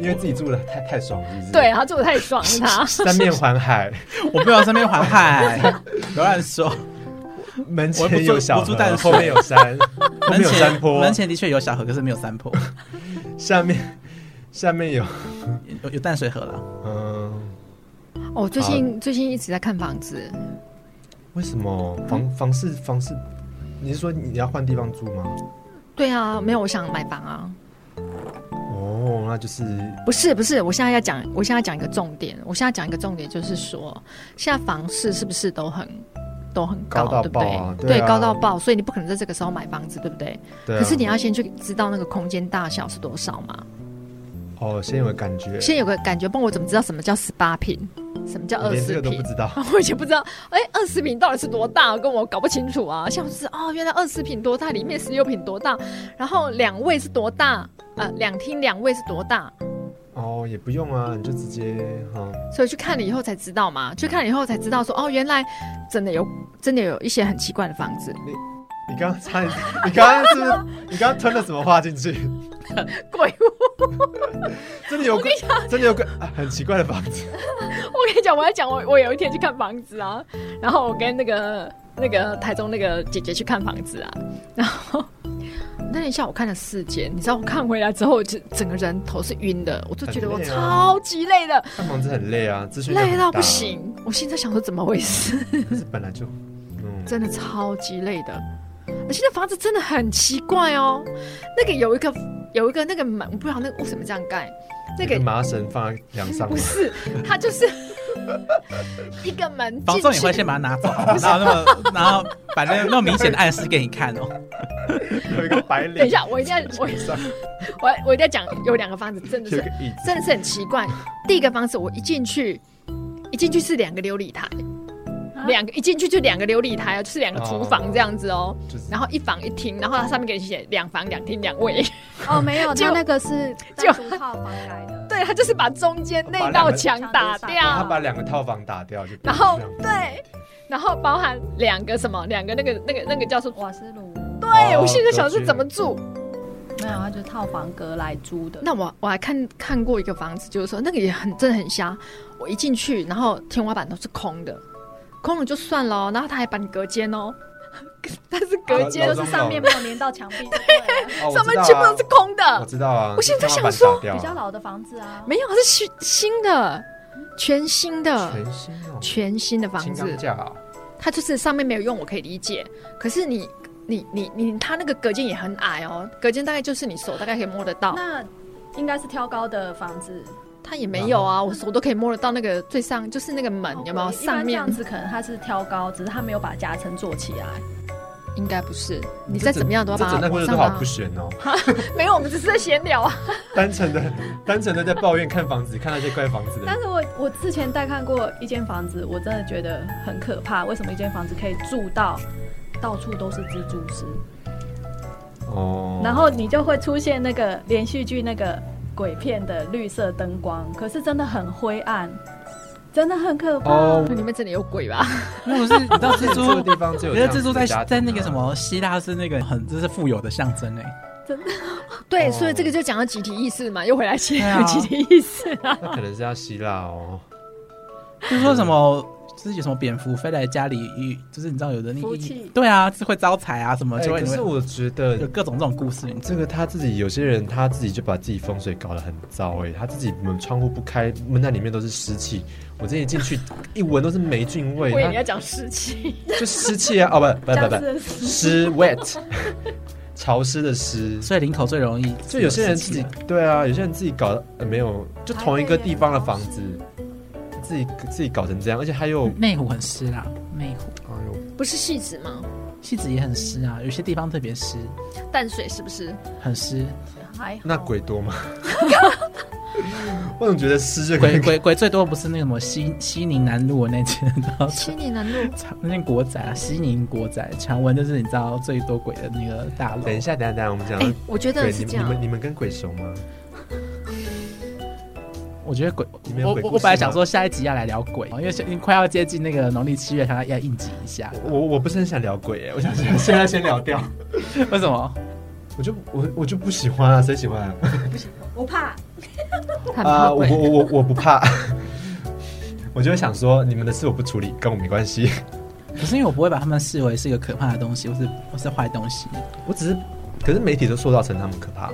[SPEAKER 1] 因为自己住的太太爽了，是不是？
[SPEAKER 3] 对，啊，住的太爽了啊。
[SPEAKER 1] 三面环海，
[SPEAKER 2] 我不要身边环 海，不要乱说。
[SPEAKER 1] 门
[SPEAKER 2] 我不
[SPEAKER 1] 前
[SPEAKER 2] 住
[SPEAKER 1] 有小
[SPEAKER 2] 我住
[SPEAKER 1] 河
[SPEAKER 2] 淡，水
[SPEAKER 1] 后面有山， 后面
[SPEAKER 2] 门
[SPEAKER 1] 有
[SPEAKER 2] 前
[SPEAKER 1] 山坡
[SPEAKER 2] 门，前的确有小河，可是没有山坡，
[SPEAKER 1] 下面下面有
[SPEAKER 2] 有有淡水河了。
[SPEAKER 1] 嗯。
[SPEAKER 3] 哦，最
[SPEAKER 1] 啊
[SPEAKER 3] 近最近一直在看房子，
[SPEAKER 1] 为什么
[SPEAKER 3] 嗯
[SPEAKER 1] 房房市房市？你是说你要换地方住吗？
[SPEAKER 3] 对啊，没有，我想买房啊。
[SPEAKER 1] 哦，那就是
[SPEAKER 3] 不是不是，我现在要讲，我现在讲一个重点，我现在讲一个重点就是说，现在房市是不是都很都很高，
[SPEAKER 1] 高到
[SPEAKER 3] 对不
[SPEAKER 1] 爆
[SPEAKER 3] 对？
[SPEAKER 1] 啊对
[SPEAKER 3] 对，
[SPEAKER 1] 啊
[SPEAKER 3] 高到爆，所以你不可能在这个时候买房子，对不对？
[SPEAKER 1] 对、啊。
[SPEAKER 3] 可是你要先去知道那个空间大小是多少嘛，
[SPEAKER 1] 哦，先有个感觉，
[SPEAKER 3] 先有个感觉，不然我怎么知道什么叫十八平，什么叫
[SPEAKER 1] 我
[SPEAKER 3] 二
[SPEAKER 1] 连这
[SPEAKER 3] 十
[SPEAKER 1] 个都
[SPEAKER 3] 平
[SPEAKER 1] 不？知道。
[SPEAKER 3] 我以前不知道，哎、二十平到底是多大，跟我搞不清楚啊。像是哦，原来二十平多大，里面十六平多大，然后两卫是多大，呃，两厅两卫是多大，
[SPEAKER 1] 哦，也不用啊，你就直接哈、
[SPEAKER 3] 所以去看了以后才知道嘛，去看了以后才知道说，哦，原来真的有真的有一些很奇怪的房子，
[SPEAKER 1] 你刚刚差点，你刚刚是不是？你刚刚吞了什么话进去？
[SPEAKER 3] 鬼屋。
[SPEAKER 1] 真的有个，真的有个、啊、很奇怪的房子。
[SPEAKER 3] 我跟你讲，我要讲我我有一天去看房子啊，然后我跟那个那个台中那个姐姐去看房子啊，然后 那一下我看了四间，你知道我看回来之后，我就整个人头是晕的，我就觉得我
[SPEAKER 1] 很累啊
[SPEAKER 3] 超级累的，
[SPEAKER 1] 看房子很累啊，资讯量
[SPEAKER 3] 累
[SPEAKER 1] 很
[SPEAKER 3] 到
[SPEAKER 1] 大
[SPEAKER 3] 不。行。我现在想说怎么回事，
[SPEAKER 1] 可是本来就，嗯，
[SPEAKER 3] 真的超级累的。而且那房子真的很奇怪哦，那个有一个有一个那个门，我不知道那个为什么这样盖，那个
[SPEAKER 1] 一麻绳放在梁上
[SPEAKER 3] 不
[SPEAKER 1] 吗，
[SPEAKER 3] 是，它就是 一个门
[SPEAKER 2] 房
[SPEAKER 3] 进
[SPEAKER 2] 仲也
[SPEAKER 3] 去
[SPEAKER 2] 会。先把它拿走，啊然后那么然后把那个那么明显的暗示给你看哦。
[SPEAKER 1] 有一个 白领。
[SPEAKER 3] 等一下，我 一定要我
[SPEAKER 1] 上
[SPEAKER 3] 我 我一定要讲，有两个房子真的
[SPEAKER 1] 有一个
[SPEAKER 3] 是
[SPEAKER 1] 椅子，
[SPEAKER 3] 真的是很奇怪。第一个房子我一进去，一进去是两个琉璃台，
[SPEAKER 4] 啊
[SPEAKER 3] 两个一进去就两个琉璃台哦，就是两个厨房这样子哦。
[SPEAKER 1] 就是
[SPEAKER 3] 然后一房一厅，然后它上面给你写两房两厅两卫，
[SPEAKER 4] 哦，没有，
[SPEAKER 3] 就
[SPEAKER 4] 他那个是
[SPEAKER 3] 就
[SPEAKER 4] 单独套房来的。
[SPEAKER 3] 对，它就是把中间那道墙打
[SPEAKER 4] 把两
[SPEAKER 1] 他
[SPEAKER 3] 掉，
[SPEAKER 1] 把两个套房打掉就变
[SPEAKER 3] 然
[SPEAKER 1] 成
[SPEAKER 3] 后
[SPEAKER 1] 这样。
[SPEAKER 3] 对，然后包含两个什么，两个那个那个那个叫什么？
[SPEAKER 4] 瓦斯炉
[SPEAKER 3] 对，
[SPEAKER 1] 哦
[SPEAKER 3] 我现在想
[SPEAKER 1] 格
[SPEAKER 3] 是
[SPEAKER 1] 局
[SPEAKER 3] 怎么住？
[SPEAKER 4] 没有，它啊就是套房隔来租的。
[SPEAKER 3] 那我我还看看过一个房子，就是说那个也很真的很瞎。我一进去，然后天花板都是空的，空了就算了哦，然后他还把你隔间哦， 但是隔间
[SPEAKER 1] 老
[SPEAKER 4] 就
[SPEAKER 1] 老
[SPEAKER 4] 是
[SPEAKER 1] 中
[SPEAKER 4] 上面没有连到墙壁， 对
[SPEAKER 1] 啊哦我
[SPEAKER 3] 上面
[SPEAKER 1] 知道
[SPEAKER 3] 全部
[SPEAKER 1] 啊
[SPEAKER 3] 都是空
[SPEAKER 1] 我
[SPEAKER 3] 的，
[SPEAKER 1] 知道啊，
[SPEAKER 3] 嗯我现在
[SPEAKER 1] 天花板
[SPEAKER 3] 想说
[SPEAKER 1] 打掉
[SPEAKER 4] 了，
[SPEAKER 1] 啊
[SPEAKER 4] 比较老的房子啊，
[SPEAKER 3] 没有，它是新新的，全新
[SPEAKER 2] 嗯
[SPEAKER 3] 的，
[SPEAKER 1] 全新哦，
[SPEAKER 3] 全新的房
[SPEAKER 1] 轻
[SPEAKER 3] 子
[SPEAKER 1] 钢，架啊，
[SPEAKER 3] 它就是上面没有用，我可以理解。可是你你你你，它那个隔间也很矮哦，隔间大概就是你手大概可以摸得到，
[SPEAKER 4] 那应该是挑高的房子。
[SPEAKER 3] 它也没有啊，我手都可以摸得到那个最上，嗯就是那个门有没有
[SPEAKER 4] 哦一般
[SPEAKER 3] 上
[SPEAKER 4] 这
[SPEAKER 3] 面
[SPEAKER 4] 样子可能它是挑高，只是它没有把夹层做起来。
[SPEAKER 3] 应该不是。你再怎么样都要
[SPEAKER 1] 这
[SPEAKER 3] 把它
[SPEAKER 1] 整段
[SPEAKER 3] 往
[SPEAKER 1] 过程
[SPEAKER 3] 上
[SPEAKER 1] 都好
[SPEAKER 3] 拉
[SPEAKER 1] 不悬哦，
[SPEAKER 3] 没有，我们只是在闲聊啊。
[SPEAKER 1] 单纯 的单纯的在抱怨看房子，看那些怪房子的
[SPEAKER 4] 但是我我之前带看过一间房子，我真的觉得很可怕。为什么一间房子可以住到到处都是蜘蛛丝？
[SPEAKER 1] 哦。
[SPEAKER 4] 然后你就会出现那个连续剧那个鬼片的绿色灯光，可是真的很灰暗，真的很可怕。
[SPEAKER 1] 哦，
[SPEAKER 3] 你们真的有鬼吧？
[SPEAKER 2] 那不是你知道蜘
[SPEAKER 1] 这 个
[SPEAKER 2] 蛛，
[SPEAKER 1] 地方只有
[SPEAKER 2] 我
[SPEAKER 1] 这
[SPEAKER 2] 觉得
[SPEAKER 1] 样子
[SPEAKER 2] 蜘蛛在
[SPEAKER 1] 的家庭啊
[SPEAKER 2] 在那个什么希腊是那个很就是富有的象征哎、
[SPEAKER 3] 对，
[SPEAKER 1] 哦
[SPEAKER 3] 所以这个就讲到集体意识嘛，又回来切
[SPEAKER 2] 对啊
[SPEAKER 3] 集体意识啊。
[SPEAKER 1] 那可能是要希腊哦。
[SPEAKER 2] 就是说什么。就是有什么蝙蝠飞来家里，遇就是你知道有的那
[SPEAKER 4] 福气
[SPEAKER 2] 对啊，是会招财啊什么，
[SPEAKER 1] 哎
[SPEAKER 2] 就会
[SPEAKER 1] 可是我觉得
[SPEAKER 2] 有各种这种故事，你知
[SPEAKER 1] 这个他自己有些人他自己就把自己风水搞得很糟哎、他自己门窗户不开，闷在里面都是湿气。我之前一进去一闻都是霉菌味，
[SPEAKER 3] 我以为你
[SPEAKER 1] 那
[SPEAKER 3] 要讲湿气，
[SPEAKER 1] 就湿气啊！哦不不
[SPEAKER 4] 僵
[SPEAKER 1] 不
[SPEAKER 4] 尸的
[SPEAKER 1] 不，
[SPEAKER 4] 死
[SPEAKER 1] 湿 wet，潮湿的湿。
[SPEAKER 2] 所以领口最容易
[SPEAKER 1] 就有些人自己
[SPEAKER 2] 有事情
[SPEAKER 1] 对啊，有些人自己搞、呃、没有，就同一个地方的房子，自己自己搞成这样，而且还有
[SPEAKER 2] 啊内湖很湿啦，内湖
[SPEAKER 1] 哎呦，
[SPEAKER 3] 不是细致吗？
[SPEAKER 2] 戏子也很湿啊，有些地方特别湿，
[SPEAKER 3] 淡水是不是？
[SPEAKER 1] 哦
[SPEAKER 2] 很湿。
[SPEAKER 4] 还好
[SPEAKER 1] 那鬼多吗？ 我总觉得湿这
[SPEAKER 2] 鬼
[SPEAKER 1] 个
[SPEAKER 2] 鬼鬼最多不是那个什么西西宁南路那间，你知道
[SPEAKER 3] 七里南路
[SPEAKER 2] 长那间国宅啊，西宁国宅，传闻就是你知道最多鬼的那个大楼
[SPEAKER 1] 等。一下，等一下，等一下，我们讲
[SPEAKER 3] 哎、我觉得
[SPEAKER 1] 啊对，
[SPEAKER 3] 是
[SPEAKER 1] 你
[SPEAKER 3] 这
[SPEAKER 1] 你
[SPEAKER 3] 样
[SPEAKER 1] 们。你们跟鬼熟吗？
[SPEAKER 2] 我觉得鬼
[SPEAKER 1] 里面，有
[SPEAKER 2] 我
[SPEAKER 1] 鬼
[SPEAKER 2] 我
[SPEAKER 1] 故
[SPEAKER 2] 我
[SPEAKER 1] 事
[SPEAKER 2] 本来想
[SPEAKER 1] 吗
[SPEAKER 2] 说下一集要来聊鬼，哦因为现快要接近那个农历七月，想要要应急 一下。
[SPEAKER 1] 我我不是很想聊鬼哎，我想先现在先聊掉。
[SPEAKER 2] 为什么？
[SPEAKER 1] 我就我我就不喜欢啊，谁喜欢啊？
[SPEAKER 4] 不怕，
[SPEAKER 3] 很
[SPEAKER 1] 啊、
[SPEAKER 3] 怕
[SPEAKER 1] 我
[SPEAKER 3] 鬼
[SPEAKER 1] 我我我不怕， 我就会想说你们的事我不处理，跟我没关系。
[SPEAKER 2] 可是因为我不会把他们视为是一个可怕的东西，或是或是坏东西。
[SPEAKER 1] 我只是，可是媒体都塑造成他们可怕。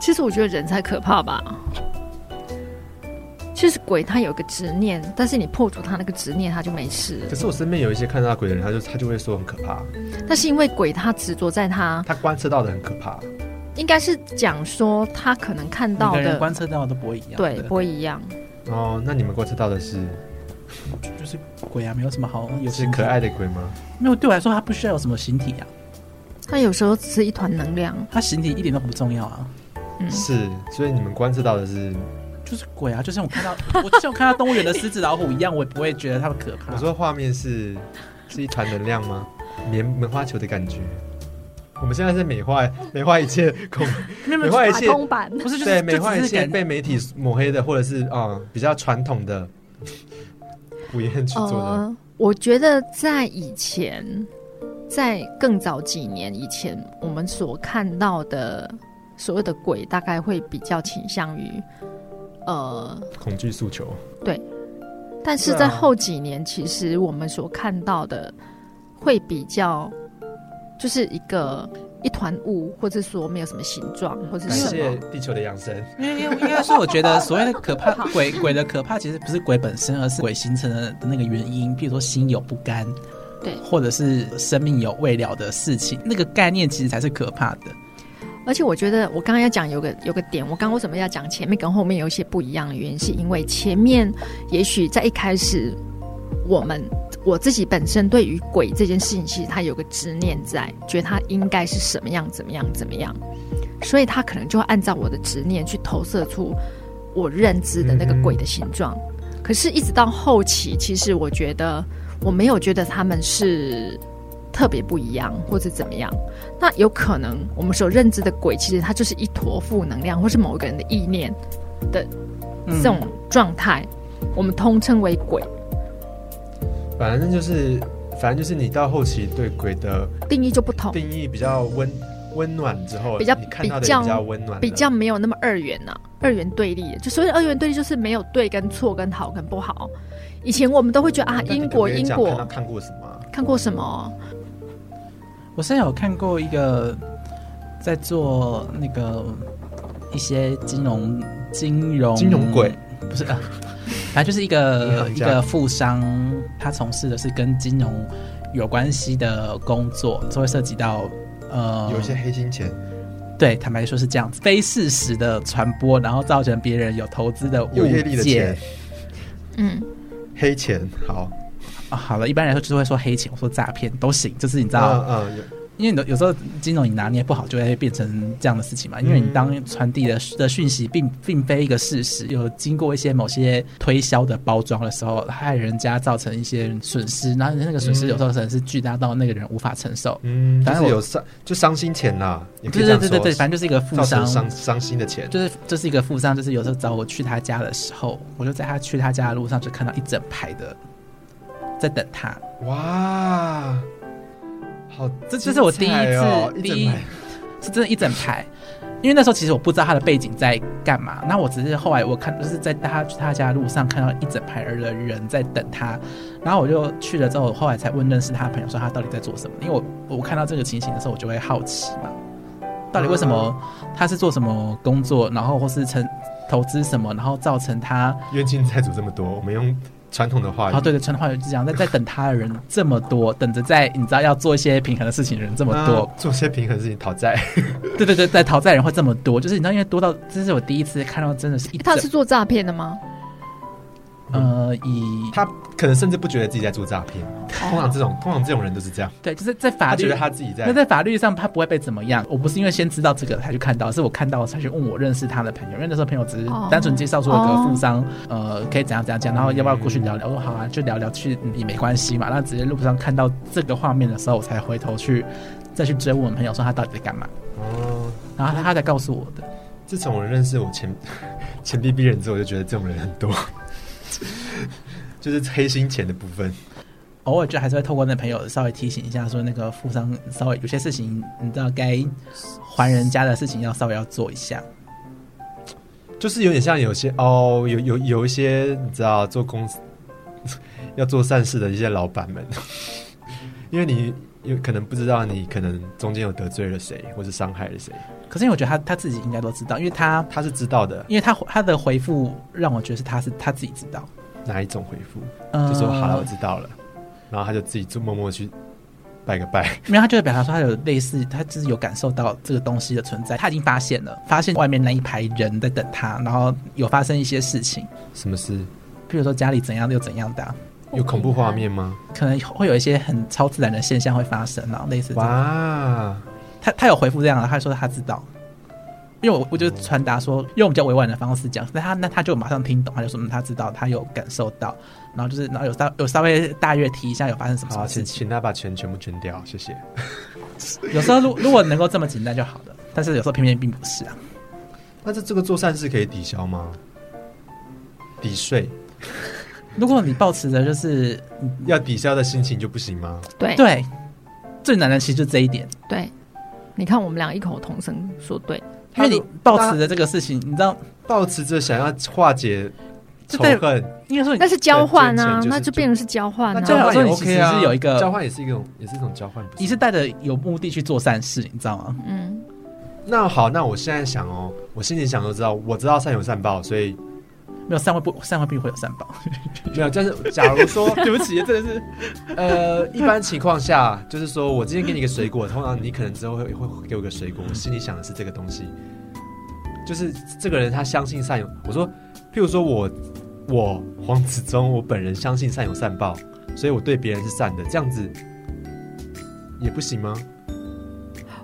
[SPEAKER 3] 其实我觉得人才可怕吧。其实鬼他有一个执念，但是你破除他那个执念，他就没事了
[SPEAKER 1] 可。是我身边有一些看到鬼的人，他就他就会说很可怕，
[SPEAKER 3] 但是因为鬼他执着在他，
[SPEAKER 1] 他观测到的很可怕。
[SPEAKER 3] 应该是讲说他可能看
[SPEAKER 2] 每
[SPEAKER 3] 到
[SPEAKER 2] 个人
[SPEAKER 3] 的
[SPEAKER 2] 观测到的都不会一样的。
[SPEAKER 3] 对不会一样。
[SPEAKER 1] 哦，那你们观测到的是
[SPEAKER 2] 就是鬼啊，没有什么好有
[SPEAKER 1] 是
[SPEAKER 2] 形体
[SPEAKER 1] 可爱。的鬼吗？
[SPEAKER 2] 没有，对我来说，它不需要有什么形体啊，
[SPEAKER 3] 他有时候只是一团能量，
[SPEAKER 2] 它形体一点都不重要啊。
[SPEAKER 3] 嗯，
[SPEAKER 1] 是，所以你们观测到的是，
[SPEAKER 2] 就是鬼啊，就像我看到， 我就像我看到动物园的狮子、老虎一样，我也不会觉得它们 可怕。
[SPEAKER 1] 我说画面是是一团能量吗？棉棉花球的感觉。我们现在是美化美化一切恐，
[SPEAKER 2] 没有没
[SPEAKER 1] 美
[SPEAKER 2] 有，
[SPEAKER 1] 化一
[SPEAKER 4] 打
[SPEAKER 1] 切
[SPEAKER 4] 通版。
[SPEAKER 2] 不是就是
[SPEAKER 1] 对美化
[SPEAKER 2] 就
[SPEAKER 1] 一
[SPEAKER 2] 只是
[SPEAKER 1] 切
[SPEAKER 2] 感
[SPEAKER 1] 被媒体抹黑的，或者是啊、嗯比较传统的 古言去做
[SPEAKER 2] 哦
[SPEAKER 1] 的。
[SPEAKER 3] 呃，我觉得在以前，在更早几年以前，我们所看到的所有的鬼，大概会比较倾向于，呃，
[SPEAKER 1] 恐惧诉求，
[SPEAKER 3] 但是
[SPEAKER 1] 对啊
[SPEAKER 3] 在后几年，其实我们所看到的会比较，就是一个一团雾，或者说没有什么形状，或者
[SPEAKER 1] 感
[SPEAKER 3] 是什
[SPEAKER 1] 谢
[SPEAKER 3] 么。
[SPEAKER 1] 地球的养生。
[SPEAKER 2] 因为因为应该说，我觉得所谓的可 怕鬼鬼的可怕，其实不是鬼本身，而是鬼形成的那个原因，比如说心有不甘，
[SPEAKER 3] 对
[SPEAKER 2] 或者是生命有未了的事情，那个概念其实才是可怕的。
[SPEAKER 3] 而且我觉得我刚刚要讲有个有个点，我刚刚为什么要讲前面跟后面有一些不一样的原因，是因为前面也许在一开始，我们我自己本身对于鬼这件事情，其实他有个执念在，觉得他应该是什么样怎么样怎么样，所以他可能就会按照我的执念去投射出我认知的那个鬼的形状。可是，一直到后期，其实我觉得我没有觉得他们是特别不一样，或者怎么样。那有可能我们所认知的鬼，其实它就是一坨负能量，或是某一个人的意念
[SPEAKER 2] 嗯
[SPEAKER 3] 这种状态，我们通称为鬼。
[SPEAKER 1] 反正就是，反正就是你到后期对鬼的
[SPEAKER 3] 定义就不同，
[SPEAKER 1] 定义比较温温暖之后，
[SPEAKER 3] 比较
[SPEAKER 1] 你看到的
[SPEAKER 3] 比
[SPEAKER 1] 也
[SPEAKER 3] 较
[SPEAKER 1] 比较温暖了，
[SPEAKER 3] 比较没有那么二元呐、二元对立。就所谓的二元对立，就是没有对跟错，跟好跟不好。以前我们都会觉得啊，
[SPEAKER 1] 嗯那你
[SPEAKER 3] 因
[SPEAKER 1] 跟
[SPEAKER 3] 果
[SPEAKER 1] 别人
[SPEAKER 3] 因
[SPEAKER 1] 讲看到
[SPEAKER 3] 果，
[SPEAKER 1] 看过什么啊？
[SPEAKER 3] 看过什么？
[SPEAKER 2] 我之前有看过一个在做那个一些金融金融
[SPEAKER 1] 金融鬼
[SPEAKER 2] 不是啊，反正就是一
[SPEAKER 1] 银
[SPEAKER 2] 个
[SPEAKER 1] 行
[SPEAKER 2] 一
[SPEAKER 1] 家
[SPEAKER 2] 个富商，他从事的是跟金融有关系的工作，就会涉及到呃
[SPEAKER 1] 有一些黑心钱，
[SPEAKER 2] 对，坦白说是这样子，非事实的传播，然后造成别人有投资的误
[SPEAKER 1] 有业力的
[SPEAKER 2] 解
[SPEAKER 1] 钱，，
[SPEAKER 3] 嗯，
[SPEAKER 1] 黑钱。好，
[SPEAKER 2] 啊好了，一般来说就是会说黑钱，我说诈骗都行，就是你知道，
[SPEAKER 1] 嗯嗯，有
[SPEAKER 2] 因为你有时候金融你拿捏不好，就会变成这样的事情嘛。因为
[SPEAKER 1] 嗯
[SPEAKER 2] 你当传递的的讯息并并非一个事实，有经过一些某些推销的包装的时候，害人家造成一些损失，然后那个损失有时候可能是巨大到那个人无法承受。
[SPEAKER 1] 嗯，
[SPEAKER 2] 反
[SPEAKER 1] 就
[SPEAKER 2] 正
[SPEAKER 1] 是
[SPEAKER 2] 我
[SPEAKER 1] 有伤就伤心钱啦，也可以
[SPEAKER 2] 对
[SPEAKER 1] 这
[SPEAKER 2] 对
[SPEAKER 1] 样
[SPEAKER 2] 对对
[SPEAKER 1] 说
[SPEAKER 2] 对，，反正就是一个负
[SPEAKER 1] 造
[SPEAKER 2] 伤
[SPEAKER 1] 成，伤伤心的钱，
[SPEAKER 2] 就是这、是一个富商，就是有时候找我去他家的时候，我就在他去他家的路上就看到一整排的在等他。
[SPEAKER 1] 哇，好精彩哦，哦
[SPEAKER 2] 这就是我第一次
[SPEAKER 1] 一
[SPEAKER 2] 第
[SPEAKER 1] 整
[SPEAKER 2] 一
[SPEAKER 1] 排
[SPEAKER 2] 是真的一整排。因为那时候其实我不知道他的背景在干嘛，那我只是后来我看就是在他去他家的路上看到一整排的人在等他，然后我就去了之后，我后来才问认识他的朋友说他到底在做什么，因为我我看到这个情形的时候，我就会好奇嘛，到底为什么他是做什么工作，然后或是成投资什么，然后造成他
[SPEAKER 1] 冤亲债主这么多，我们用传统的话语，
[SPEAKER 2] 啊，对对，传统话语就是这样，在在等他的人这么多，等着在你知道要做一些平衡的事情的人
[SPEAKER 1] 这
[SPEAKER 2] 这么多，
[SPEAKER 1] 啊做些平衡的事情讨债，
[SPEAKER 2] 对对对，在讨债人会这么多，就是你知道，因为多到这是我第一次看到，真的是一整
[SPEAKER 3] 他是做诈骗的吗？
[SPEAKER 2] 呃以
[SPEAKER 1] 他可能甚至不觉得自己在做诈骗。通常这种通常这种人都是这样，
[SPEAKER 2] 啊对，就是在法
[SPEAKER 1] 他
[SPEAKER 2] 律
[SPEAKER 1] 觉得他自己在
[SPEAKER 2] 那在法律上他不会被怎么样。我不是因为先知道这个才去看到，是我看到才去问我认识他的朋友，因为那时候朋友只是
[SPEAKER 3] 哦
[SPEAKER 2] 单纯介绍说有个
[SPEAKER 3] 哦
[SPEAKER 2] 富商，呃，可以怎样怎样讲，然后要不要过去聊聊？我说好啊，就聊聊去嗯也没关系嘛。那直接路上看到这个画面的时候，我才回头去再去追问我朋友说他到底在干嘛，
[SPEAKER 1] 哦。
[SPEAKER 2] 然后他他才告诉我的。
[SPEAKER 1] 自从我认识我前 前 B B 人之后，我就觉得这种人很多， 就是黑心钱的部分。
[SPEAKER 2] 偶尔就还是会透过那朋友稍微提醒一下，说那个富商稍微有些事情，你知道该还人家的事情要稍微要做一下。
[SPEAKER 1] 就是有点像有些哦，有有有一些你知道做公司 要做善事的一些老板们， 因为你有可能不知道你可能中间有得罪了谁，或是伤害了谁，
[SPEAKER 2] 可是因为我觉得他他自己应该都知道，因为他
[SPEAKER 1] 他是知道的
[SPEAKER 2] 因为他他的回复让我觉得是他是他自己知道，
[SPEAKER 1] 哪一种回复，
[SPEAKER 2] 嗯
[SPEAKER 1] 就说好了，我知道了，然后他就自己就默默去拜个拜，
[SPEAKER 2] 没有他就会表达说他有类似，他就是有感受到这个东西的存在，他已经发现了，发现外面那一排人在等他，然后有发生一些事情，
[SPEAKER 1] 什么事？
[SPEAKER 2] 譬如说家里怎样又怎样的啊、
[SPEAKER 1] 有恐怖画面吗？
[SPEAKER 2] 可能会有一些很超自然的现象会发生，然后类似这种
[SPEAKER 1] 哇，
[SPEAKER 2] 他他有回复这样的，啊他说他知道，因为我我就传达说用比较委婉的方式讲，那他那他就马上听懂，他就说嗯他知道，他有感受到，然后就是然后有稍有稍微大约提一下有发生什么什
[SPEAKER 1] 好，
[SPEAKER 2] 么事
[SPEAKER 1] 请
[SPEAKER 2] 情，
[SPEAKER 1] 请他把钱全部捐掉，谢谢。
[SPEAKER 2] 有时候如如果能够这么简单就好了，但是有时候偏偏并不是啊，
[SPEAKER 1] 那这这个做善事可以抵消吗？抵税
[SPEAKER 2] 如果你保持着就是
[SPEAKER 1] 要抵消的心情就不行吗？
[SPEAKER 3] 对
[SPEAKER 2] 对最难的其实就这一点，
[SPEAKER 3] 对，你看我们俩异口同声说对，
[SPEAKER 2] 因为你
[SPEAKER 1] 他
[SPEAKER 2] 保持着这个事情，你知道
[SPEAKER 1] 抱持着想要化解
[SPEAKER 2] 这
[SPEAKER 1] 仇
[SPEAKER 2] 对
[SPEAKER 1] 恨，
[SPEAKER 2] 应该说你
[SPEAKER 3] 但是交换
[SPEAKER 1] 对
[SPEAKER 3] 啊，
[SPEAKER 1] 就是
[SPEAKER 3] 那就变成是交换
[SPEAKER 1] 那
[SPEAKER 3] 啊。
[SPEAKER 1] 交换也
[SPEAKER 2] 对啊所以
[SPEAKER 1] OK 啊，
[SPEAKER 2] 其实是有一个
[SPEAKER 1] 交换也是一种，也是一种交换，不
[SPEAKER 2] 你
[SPEAKER 1] 是
[SPEAKER 2] 是
[SPEAKER 1] 吗？
[SPEAKER 2] 带着有目的去做善事，你知道吗？
[SPEAKER 3] 嗯，
[SPEAKER 1] 那好，那我现在想哦，我心里想都知道，我知道善有善报，所以
[SPEAKER 2] 没有善会不善会必会有善报，
[SPEAKER 1] 没有。但是假如说，
[SPEAKER 2] 对不起，真的是
[SPEAKER 1] 呃，一般情况下，就是说我今天给你一个水果，通常你可能之后会会给我一个水果，我心里想的是这个东西，就是这个人他相信善有。我说，譬如说我我黄子忠，我本人相信善有善报，所以我对别人是善的，这样子也不行吗？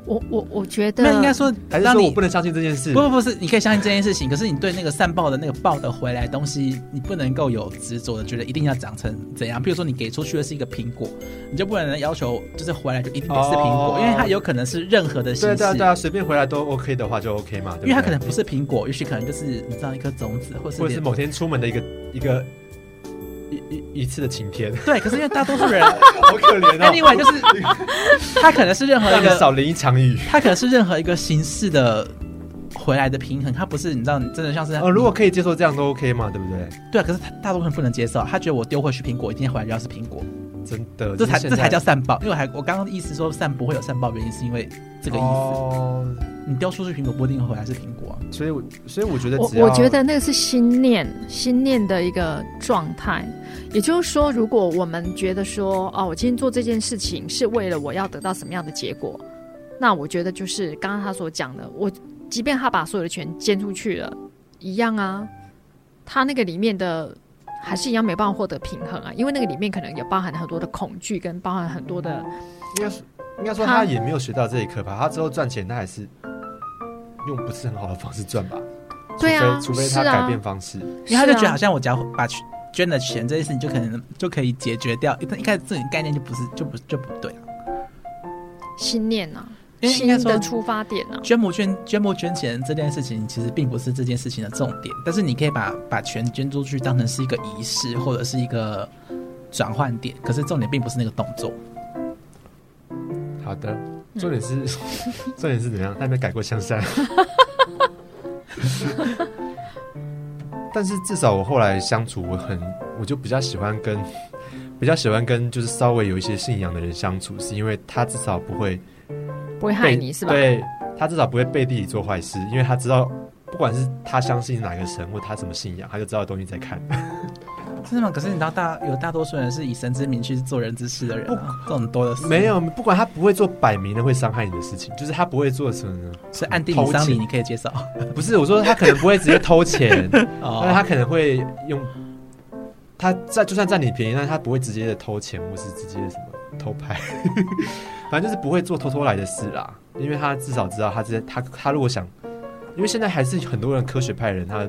[SPEAKER 3] 我我我觉得
[SPEAKER 2] 那应该说，
[SPEAKER 1] 还是
[SPEAKER 2] 当
[SPEAKER 1] 说
[SPEAKER 2] 你
[SPEAKER 1] 我不能相信这件事
[SPEAKER 2] 不？不不是，你可以相信这件事情，可是你对那个善报的那个报的回来的东西，你不能够有执着的，觉得一定要长成怎样。比如说你给出去的是一个苹果，你就不能要求就是回来就一定得是苹果，
[SPEAKER 1] 哦
[SPEAKER 2] 因为它有可能是任何的形
[SPEAKER 1] 对啊
[SPEAKER 2] 式。
[SPEAKER 1] 对啊对啊，随便回来都 OK 的话就 OK 嘛，对不对
[SPEAKER 2] 因为它可能不是苹果，也许可能就是你知道一颗种子，或是
[SPEAKER 1] 或者是
[SPEAKER 2] 连
[SPEAKER 1] 某天出门的一个一个一一一次的晴天，
[SPEAKER 2] 对。可是因为大多数人
[SPEAKER 1] 好可怜哦。
[SPEAKER 2] ，anyway 就是它可能是任 何
[SPEAKER 1] 让
[SPEAKER 2] 一
[SPEAKER 1] 你
[SPEAKER 2] 个，
[SPEAKER 1] 少淋一场雨。
[SPEAKER 2] 它可能是任何一个形式的回来的平衡，它不是你知道，你真的像是
[SPEAKER 1] 呃，如果可以接受这样都 OK 嘛，对不对？
[SPEAKER 2] 对啊，可是他大多数人不能接受，他觉得我丢回去苹果，一定回来就要是苹果，
[SPEAKER 1] 真的，
[SPEAKER 2] 这才
[SPEAKER 1] 就是现
[SPEAKER 2] 这才
[SPEAKER 1] 在
[SPEAKER 2] 叫善报。因为我还我刚刚的意思说善不会有善报，原因是因为这个意思，
[SPEAKER 1] 哦
[SPEAKER 2] 你丢出去苹果不一定回来是苹果、啊。
[SPEAKER 1] 所以我，所以我觉得
[SPEAKER 3] 我
[SPEAKER 1] 只要，
[SPEAKER 3] 我觉得那个是心念，心念的一个状态。也就是说，如果我们觉得说，哦，我今天做这件事情是为了我要得到什么样的结果，那我觉得就是刚刚他所讲的，我即便他把所有的权捐出去了，一样啊，他那个里面的还是一样没办法获得平衡啊，因为那个里面可能也包含很多的恐惧，跟包含很多的
[SPEAKER 1] 应该是应该说他
[SPEAKER 3] 他
[SPEAKER 1] 也没有学到这一课吧？他之后赚钱，他还是用不是很好的方式赚吧？
[SPEAKER 3] 对啊
[SPEAKER 1] 除非除
[SPEAKER 3] 是
[SPEAKER 1] 非他
[SPEAKER 3] 啊
[SPEAKER 1] 改变方式。
[SPEAKER 2] 因为他就觉
[SPEAKER 3] 是
[SPEAKER 2] 得
[SPEAKER 3] 啊
[SPEAKER 2] 好像我只要把去捐了钱这件事情，就可能就可以解决掉。但一开始这种概念就不是就不就不对啊。
[SPEAKER 3] 心念啊，
[SPEAKER 2] 因为应该
[SPEAKER 3] 新
[SPEAKER 2] 说
[SPEAKER 3] 的出发点啊。
[SPEAKER 2] 捐募捐捐募捐钱这件事情，其实并不是这件事情的重点，但是你可以把把钱捐出去当成是一个仪式或者是一个转换点，可是重点并不是那个动作。
[SPEAKER 1] 好的，
[SPEAKER 3] 嗯
[SPEAKER 1] 重点是、 重点是怎样？他有没有改过向善？ 但是至少我后来相处，我很我就比较喜欢跟比较喜欢跟就是稍微有一些信仰的人相处，是因为他至少不会
[SPEAKER 3] 不会害
[SPEAKER 1] 背
[SPEAKER 3] 你是吧？
[SPEAKER 1] 对他至少不会背地里做坏事，因为他知道不管是他相信哪个神或他什么信仰，他就知道东西在 看。
[SPEAKER 2] 是吗？可是你知道大有大多数人是以神之名去做人之事的人啊，这种多的是
[SPEAKER 1] 没有，不管他不会做摆明的会伤害你的事情，就是他不会做什么呢？
[SPEAKER 2] 是暗地里
[SPEAKER 1] 偷
[SPEAKER 2] 丧礼，
[SPEAKER 1] 情
[SPEAKER 2] 你可以接受
[SPEAKER 1] 不是我说他可能不会直接偷钱，
[SPEAKER 2] 哦
[SPEAKER 1] 但是他可能会用他在就算占你便宜，但是他不会直接的偷钱或是直接什么偷拍， 反正就是不会做偷偷来的事啦。因为他至少知道他这他他如果想，因为现在还是很多人科学派的人，他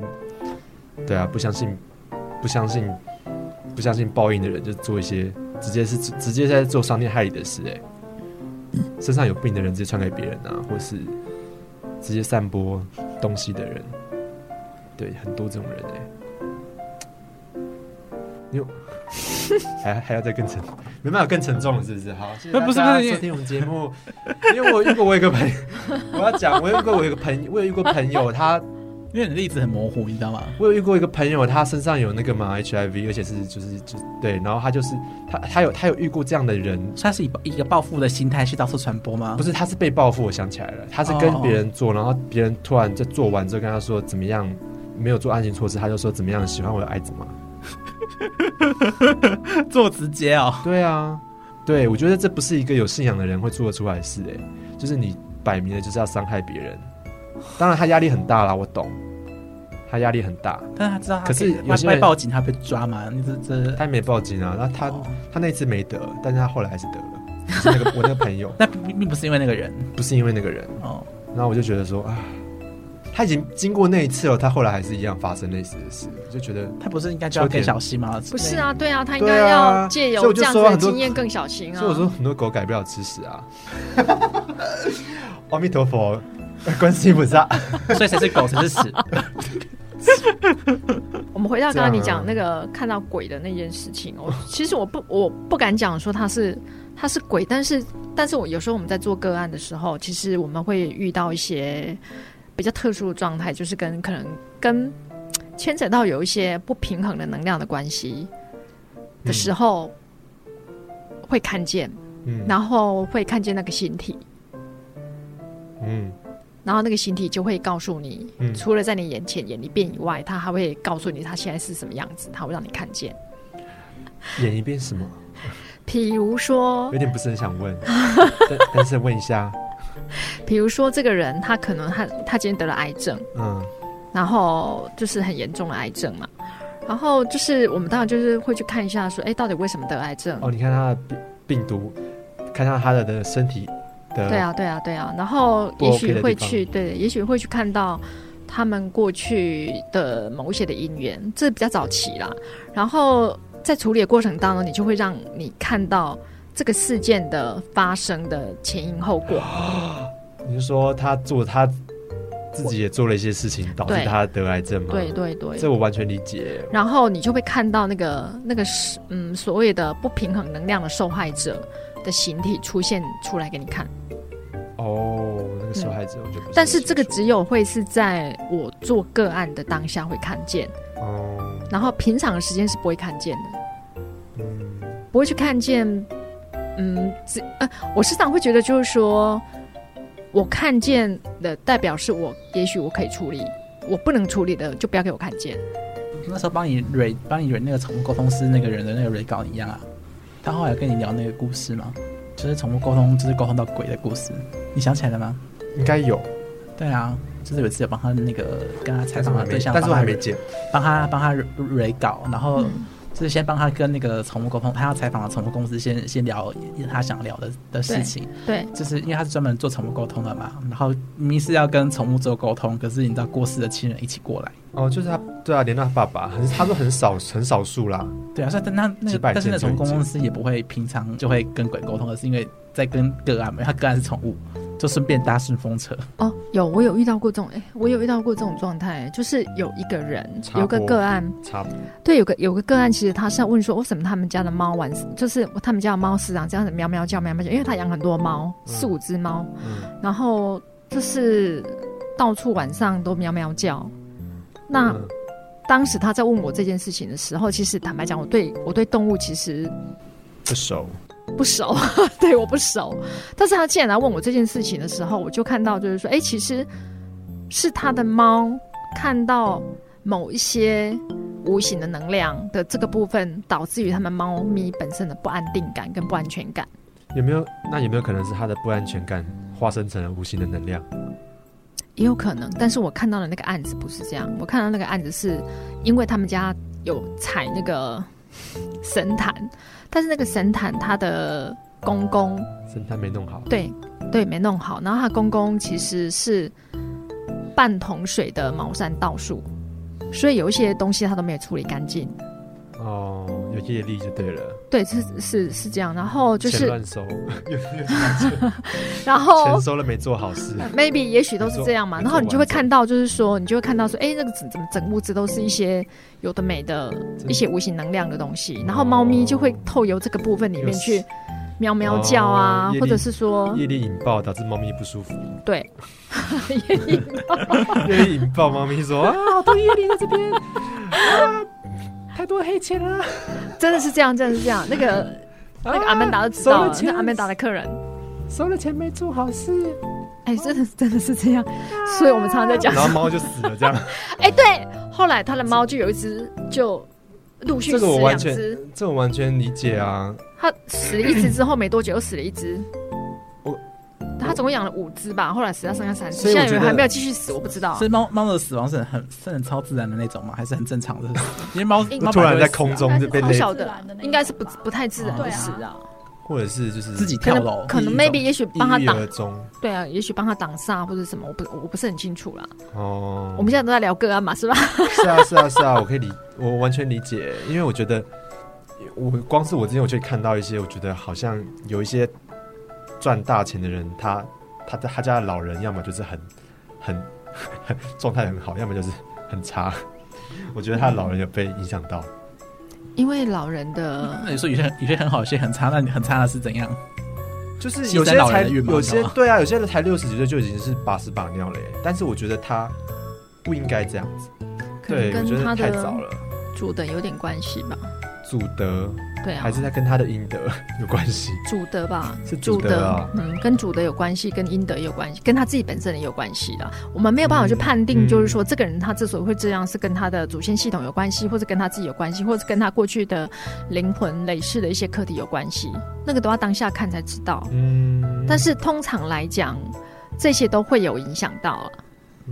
[SPEAKER 1] 对啊不相信不相信不相信报应的人，就做一些直接是直直接在做伤天害理的事、欸，哎，身上有病的人直接传给别人啊，或是直接散播东西的人，对，很多这种人哎、欸你 有还还要再更沉，没办法更沉重了，是不是？好，谢谢大
[SPEAKER 2] 不是不是
[SPEAKER 1] 家
[SPEAKER 2] 你
[SPEAKER 1] 收听我们节目。因为我遇过我有一个朋友，我要讲，我有遇过我有一个朋友，我有遇过朋友，他
[SPEAKER 2] 因为你的例子很模糊，你知道吗？
[SPEAKER 1] 我有遇过一个朋友，他身上有那个嘛 HIV，而且是就是就对，然后他就是他他有他有遇过这样的人，
[SPEAKER 2] 他是以一个报复的心态去到处传播吗？
[SPEAKER 1] 不
[SPEAKER 2] 是，
[SPEAKER 1] 是他是被报复，我想起来了，他是
[SPEAKER 2] 哦
[SPEAKER 1] 跟别人做，然后别人突然在做完之后跟他说怎么样，没有做安全措施，他就说怎么样喜欢我的爱子吗？
[SPEAKER 2] 这么直接哦。
[SPEAKER 1] 对啊，对，我觉得这不是一个有信仰的人会做得出来的事、欸，就是你摆明了就是要伤害别人。当然，他压力很大啦，我懂，他压力很大，
[SPEAKER 2] 但是他知道他
[SPEAKER 1] 可是
[SPEAKER 2] 以
[SPEAKER 1] 有些
[SPEAKER 2] 万
[SPEAKER 1] 人
[SPEAKER 2] 一报警，他被抓吗？你这这
[SPEAKER 1] 他也没报警啊。那他、
[SPEAKER 2] 哦
[SPEAKER 1] 他那次没得，但是他后来还是得了。是那个我那个朋友，
[SPEAKER 2] 那并并不是因为那个人
[SPEAKER 1] 不是因为那个人，
[SPEAKER 2] 哦，
[SPEAKER 1] 然后我就觉得说啊，他已经经过那一次了，他后来还是一样发生类似的事，我就觉得
[SPEAKER 2] 他不是应该就要
[SPEAKER 1] 秋
[SPEAKER 2] 更
[SPEAKER 1] 田
[SPEAKER 2] 小心吗？
[SPEAKER 3] 不是，啊，对啊，他应
[SPEAKER 1] 对
[SPEAKER 3] 该
[SPEAKER 1] 啊
[SPEAKER 3] 要借
[SPEAKER 1] 所以
[SPEAKER 3] 由
[SPEAKER 1] 我就
[SPEAKER 3] 这样子
[SPEAKER 1] 说
[SPEAKER 3] 的
[SPEAKER 1] 很多
[SPEAKER 3] 经验更小心啊。
[SPEAKER 1] 所以我说很多狗改不了吃屎啊。 阿弥陀佛，观世音菩萨。
[SPEAKER 2] 所以谁是狗谁是屎。
[SPEAKER 3] 我们回到刚刚你
[SPEAKER 1] 这样
[SPEAKER 3] 讲
[SPEAKER 1] 啊
[SPEAKER 3] 那个看到鬼的那件事情，我其实我不我不敢讲说他是他是鬼，但是但是我有时候我们在做个案的时候，其实我们会遇到一些比较特殊的状态，就是跟可能跟牵扯到有一些不平衡的能量的关系的时候，会看见，
[SPEAKER 1] 嗯
[SPEAKER 3] 然后会看见那个形体，
[SPEAKER 1] 嗯
[SPEAKER 3] 然后那个形体就会告诉你，
[SPEAKER 1] 嗯
[SPEAKER 3] 除了在你眼前演一遍以外，它还会告诉你它现在是什么样子，它会让你看见。
[SPEAKER 1] 演一遍什么？
[SPEAKER 3] 比如说
[SPEAKER 1] 有，点不是很想 问，但但是问一下，
[SPEAKER 3] 比如说这个人他可能他他今天得了癌症，
[SPEAKER 1] 嗯
[SPEAKER 3] 然后就是很严重的癌症嘛，然后就是我们当然就是会去看一下说，哎，到底为什么得癌症？
[SPEAKER 1] 哦，你看他的病病毒，看到他的的身体的，
[SPEAKER 3] 对，啊，对啊，对啊，然后
[SPEAKER 1] 不
[SPEAKER 3] 也
[SPEAKER 1] OK
[SPEAKER 3] 许
[SPEAKER 1] 的
[SPEAKER 3] 会
[SPEAKER 1] 地方
[SPEAKER 3] 去，对，也许会去看到他们过去的某一些的因缘，这比较早期啦。然后在处理的过程当中，你就会让你看到这个事件的发生的前因后果。
[SPEAKER 1] 你就说他做他自己也做了一些事情，导致
[SPEAKER 3] 对
[SPEAKER 1] 他得癌症吗？
[SPEAKER 3] 对，对对，
[SPEAKER 1] 这我完全理解。
[SPEAKER 3] 然后你就会看到那个那个是嗯所谓的不平衡能量的受害者的形体出现出来给你看，
[SPEAKER 1] 哦，那个受害者我就不很
[SPEAKER 3] 但是这个
[SPEAKER 1] 清楚
[SPEAKER 3] 只有会是在我做个案的当下会看见，
[SPEAKER 1] 哦，
[SPEAKER 3] 然后平常的时间是不会看见的，
[SPEAKER 1] 嗯
[SPEAKER 3] 不会去看见，嗯，只呃，我时常会觉得就是说，我看见的代表是我，也许我可以处理，我不能处理的就不要给我看见。
[SPEAKER 2] 那时候帮你蕊帮你蕊那个宠物沟通师那个人的那个蕊稿一样啊。他后来跟你聊那个故事吗？就是宠物沟通，就是沟通到鬼的故事，你想起来了吗？
[SPEAKER 1] 应该有，
[SPEAKER 2] 对啊，就是有一次有帮他那个跟他采
[SPEAKER 1] 但是我
[SPEAKER 2] 访
[SPEAKER 1] 还
[SPEAKER 2] 的对
[SPEAKER 1] 没，
[SPEAKER 2] 象，
[SPEAKER 1] 但是我还没
[SPEAKER 2] 帮他
[SPEAKER 1] 剪。
[SPEAKER 2] 帮他帮他 re 稿，然后
[SPEAKER 3] 嗯
[SPEAKER 2] 就是先帮他跟那个宠物沟通，他要采访的宠物公司先先聊他想聊的的事
[SPEAKER 3] 对
[SPEAKER 2] 情，
[SPEAKER 3] 对，
[SPEAKER 2] 就是因为他是专门做宠物沟通的嘛，然后明明是要跟宠物做沟通，可是你知道过世的亲人一起过来，
[SPEAKER 1] 哦，就是他，对啊，连到他爸爸，很他说很少很少数啦。
[SPEAKER 2] 对啊，所以但他那
[SPEAKER 1] 几
[SPEAKER 2] 个
[SPEAKER 1] 百
[SPEAKER 2] 但是那
[SPEAKER 1] 件
[SPEAKER 2] 宠物
[SPEAKER 1] 就已经
[SPEAKER 2] 公司也不会平常就会跟鬼沟通，而是因为在跟个案嘛，因为他个案是宠物，就顺便搭顺风车，
[SPEAKER 3] 哦，有我有遇到过这种，哎、我有遇到过这种状态，就是有一个人
[SPEAKER 1] 插播
[SPEAKER 3] 有个个案，
[SPEAKER 1] 差不多
[SPEAKER 3] 对，有个有个个案，其实他是要问说，为什么他们家的猫晚，就是他们家的猫时常这样子喵喵叫喵喵叫，因为他养很多猫，
[SPEAKER 1] 嗯
[SPEAKER 3] 四五只猫，
[SPEAKER 1] 嗯，
[SPEAKER 3] 然后就是到处晚上都喵喵叫。那
[SPEAKER 1] 嗯
[SPEAKER 3] 当时他在问我这件事情的时候，其实坦白讲，我对我对动物其实
[SPEAKER 1] 不熟，
[SPEAKER 3] 不熟， 对我不熟。但是他既然来问我这件事情的时候，我就看到就是说，哎、其实是他的猫看到某一些无形的能量的这个部分，导致于他们猫咪本身的不安定感跟不安全感。
[SPEAKER 1] 有没有？那有没有可能是他的不安全感化身成了无形的能量？
[SPEAKER 3] 也有可能，但是我看到的那个案子不是这样，我看到那个案子是因为他们家有踩那个 神坛，但是那个神坛它的公公
[SPEAKER 1] 是他没弄好，
[SPEAKER 3] 对对没弄好，然后她公公其实是半桶水的茅山道术，所以有一些东西他都没有处理干净，
[SPEAKER 1] 哦，有业力就对了，
[SPEAKER 3] 对是是是这样，然后就
[SPEAKER 1] 钱
[SPEAKER 3] 是
[SPEAKER 1] 乱收，
[SPEAKER 3] 然后
[SPEAKER 1] 钱收了没做好事，
[SPEAKER 3] maybe 也许都是这样嘛，
[SPEAKER 1] 没
[SPEAKER 3] 然
[SPEAKER 1] 错
[SPEAKER 3] 后你就会
[SPEAKER 1] 没错
[SPEAKER 3] 看到，就是说，你就会看到说，哎、那个整整整屋子都是一些有的没的
[SPEAKER 1] 真
[SPEAKER 3] 一些无形能量的东西，然后猫咪就会透由这个部分里面去喵喵叫啊
[SPEAKER 1] 哦，业力
[SPEAKER 3] 或者是说
[SPEAKER 1] 业力引爆导致猫咪不舒服，
[SPEAKER 3] 对，
[SPEAKER 1] 业力引爆，猫咪说啊，好多业力在这边，啊，太多黑钱了，
[SPEAKER 3] 真的是这样，真的是这样。那个
[SPEAKER 1] 啊
[SPEAKER 3] 那个阿啊曼达就知道了，那个阿曼达的客人，
[SPEAKER 1] 收了钱没做好事，
[SPEAKER 3] 哎、真的真的是这样，所以我们常常在讲
[SPEAKER 1] 然，后猫就死了，这样，
[SPEAKER 3] 哎、对，后来他的猫就有一只就陆续
[SPEAKER 1] 这
[SPEAKER 3] 死
[SPEAKER 1] 个我
[SPEAKER 3] 两
[SPEAKER 1] 完全
[SPEAKER 3] 只，，
[SPEAKER 1] 这我完全理解啊，
[SPEAKER 3] 他死了一只之后没多久又死了一只。
[SPEAKER 1] 我
[SPEAKER 3] 他总共养了五只吧，后来死到剩下三只，
[SPEAKER 1] 所以
[SPEAKER 3] 现
[SPEAKER 1] 我
[SPEAKER 3] 在有
[SPEAKER 1] 觉
[SPEAKER 3] 人
[SPEAKER 1] 得
[SPEAKER 3] 还没有继续死，我不知道
[SPEAKER 2] 所。以猫猫的死亡是很很是很超自然的那种吗？还是很正 常的？因为猫
[SPEAKER 3] 应
[SPEAKER 2] 猫
[SPEAKER 1] 突然在
[SPEAKER 2] 本
[SPEAKER 1] 空
[SPEAKER 2] 来就会死啊
[SPEAKER 1] 中就被
[SPEAKER 3] 不
[SPEAKER 1] 勒
[SPEAKER 4] 小
[SPEAKER 3] 晓
[SPEAKER 4] 自
[SPEAKER 3] 得
[SPEAKER 4] 然的，那
[SPEAKER 3] 应该
[SPEAKER 4] 种
[SPEAKER 3] 是不
[SPEAKER 4] 吧
[SPEAKER 3] 不太自然的死
[SPEAKER 4] 对
[SPEAKER 3] 啊，
[SPEAKER 1] 或者是就是
[SPEAKER 2] 自己
[SPEAKER 3] 可
[SPEAKER 2] 跳楼
[SPEAKER 3] 能，可能
[SPEAKER 2] 抑郁症
[SPEAKER 3] maybe 也许
[SPEAKER 1] 抑
[SPEAKER 3] 帮他
[SPEAKER 1] 郁
[SPEAKER 3] 挡，
[SPEAKER 1] 而终
[SPEAKER 3] 对啊，也许帮他挡煞或者什么，我不我不是很清楚啦。
[SPEAKER 1] 哦。
[SPEAKER 3] 我们现在都在聊个案嘛，是吧？
[SPEAKER 1] 是啊，是啊，是啊，我可以理，我完全理解，因为我觉得，我光是我之前我就看到一些，我觉得好像有一些赚大钱的人，他他的他家的老人，要么就是很很 状态很好，要么就是很差。我觉得他的老人有被影响到，
[SPEAKER 3] 因为老人的
[SPEAKER 2] 那你说有些有些很好，有些很差，那你很差的是怎样？
[SPEAKER 1] 就是
[SPEAKER 2] 牺
[SPEAKER 1] 有些
[SPEAKER 2] 牲老
[SPEAKER 1] 才
[SPEAKER 2] 人的运嘛
[SPEAKER 1] 有
[SPEAKER 2] 你知
[SPEAKER 1] 些
[SPEAKER 2] 道吗
[SPEAKER 1] 对啊，有些人才六十几岁就已经是把屎把尿了耶，但是我觉得他不应该这样子，
[SPEAKER 3] 可
[SPEAKER 1] 对，
[SPEAKER 3] 能
[SPEAKER 1] 我觉
[SPEAKER 3] 跟
[SPEAKER 1] 得
[SPEAKER 3] 他
[SPEAKER 1] 太早
[SPEAKER 3] 的
[SPEAKER 1] 了。
[SPEAKER 3] 主的有点关系吧？
[SPEAKER 1] 祖德
[SPEAKER 3] 对啊
[SPEAKER 1] 还，是他跟他的阴德 有关系，
[SPEAKER 3] 主的吧，
[SPEAKER 1] 是
[SPEAKER 3] 主
[SPEAKER 1] 祖德啊、
[SPEAKER 3] 的，嗯，跟主的有关系，跟阴德也有关系，跟他自己本身也有关系的。我们没有办法去判定，
[SPEAKER 1] 嗯
[SPEAKER 3] 就是说、这个人他之所以会这样，是跟他的祖先系统有关系，或者跟他自己有关系，或者跟他过去的灵魂累世的一些课题有关系。那个都要当下看才知道。
[SPEAKER 1] 嗯，
[SPEAKER 3] 但是通常来讲，这些都会有影响到了。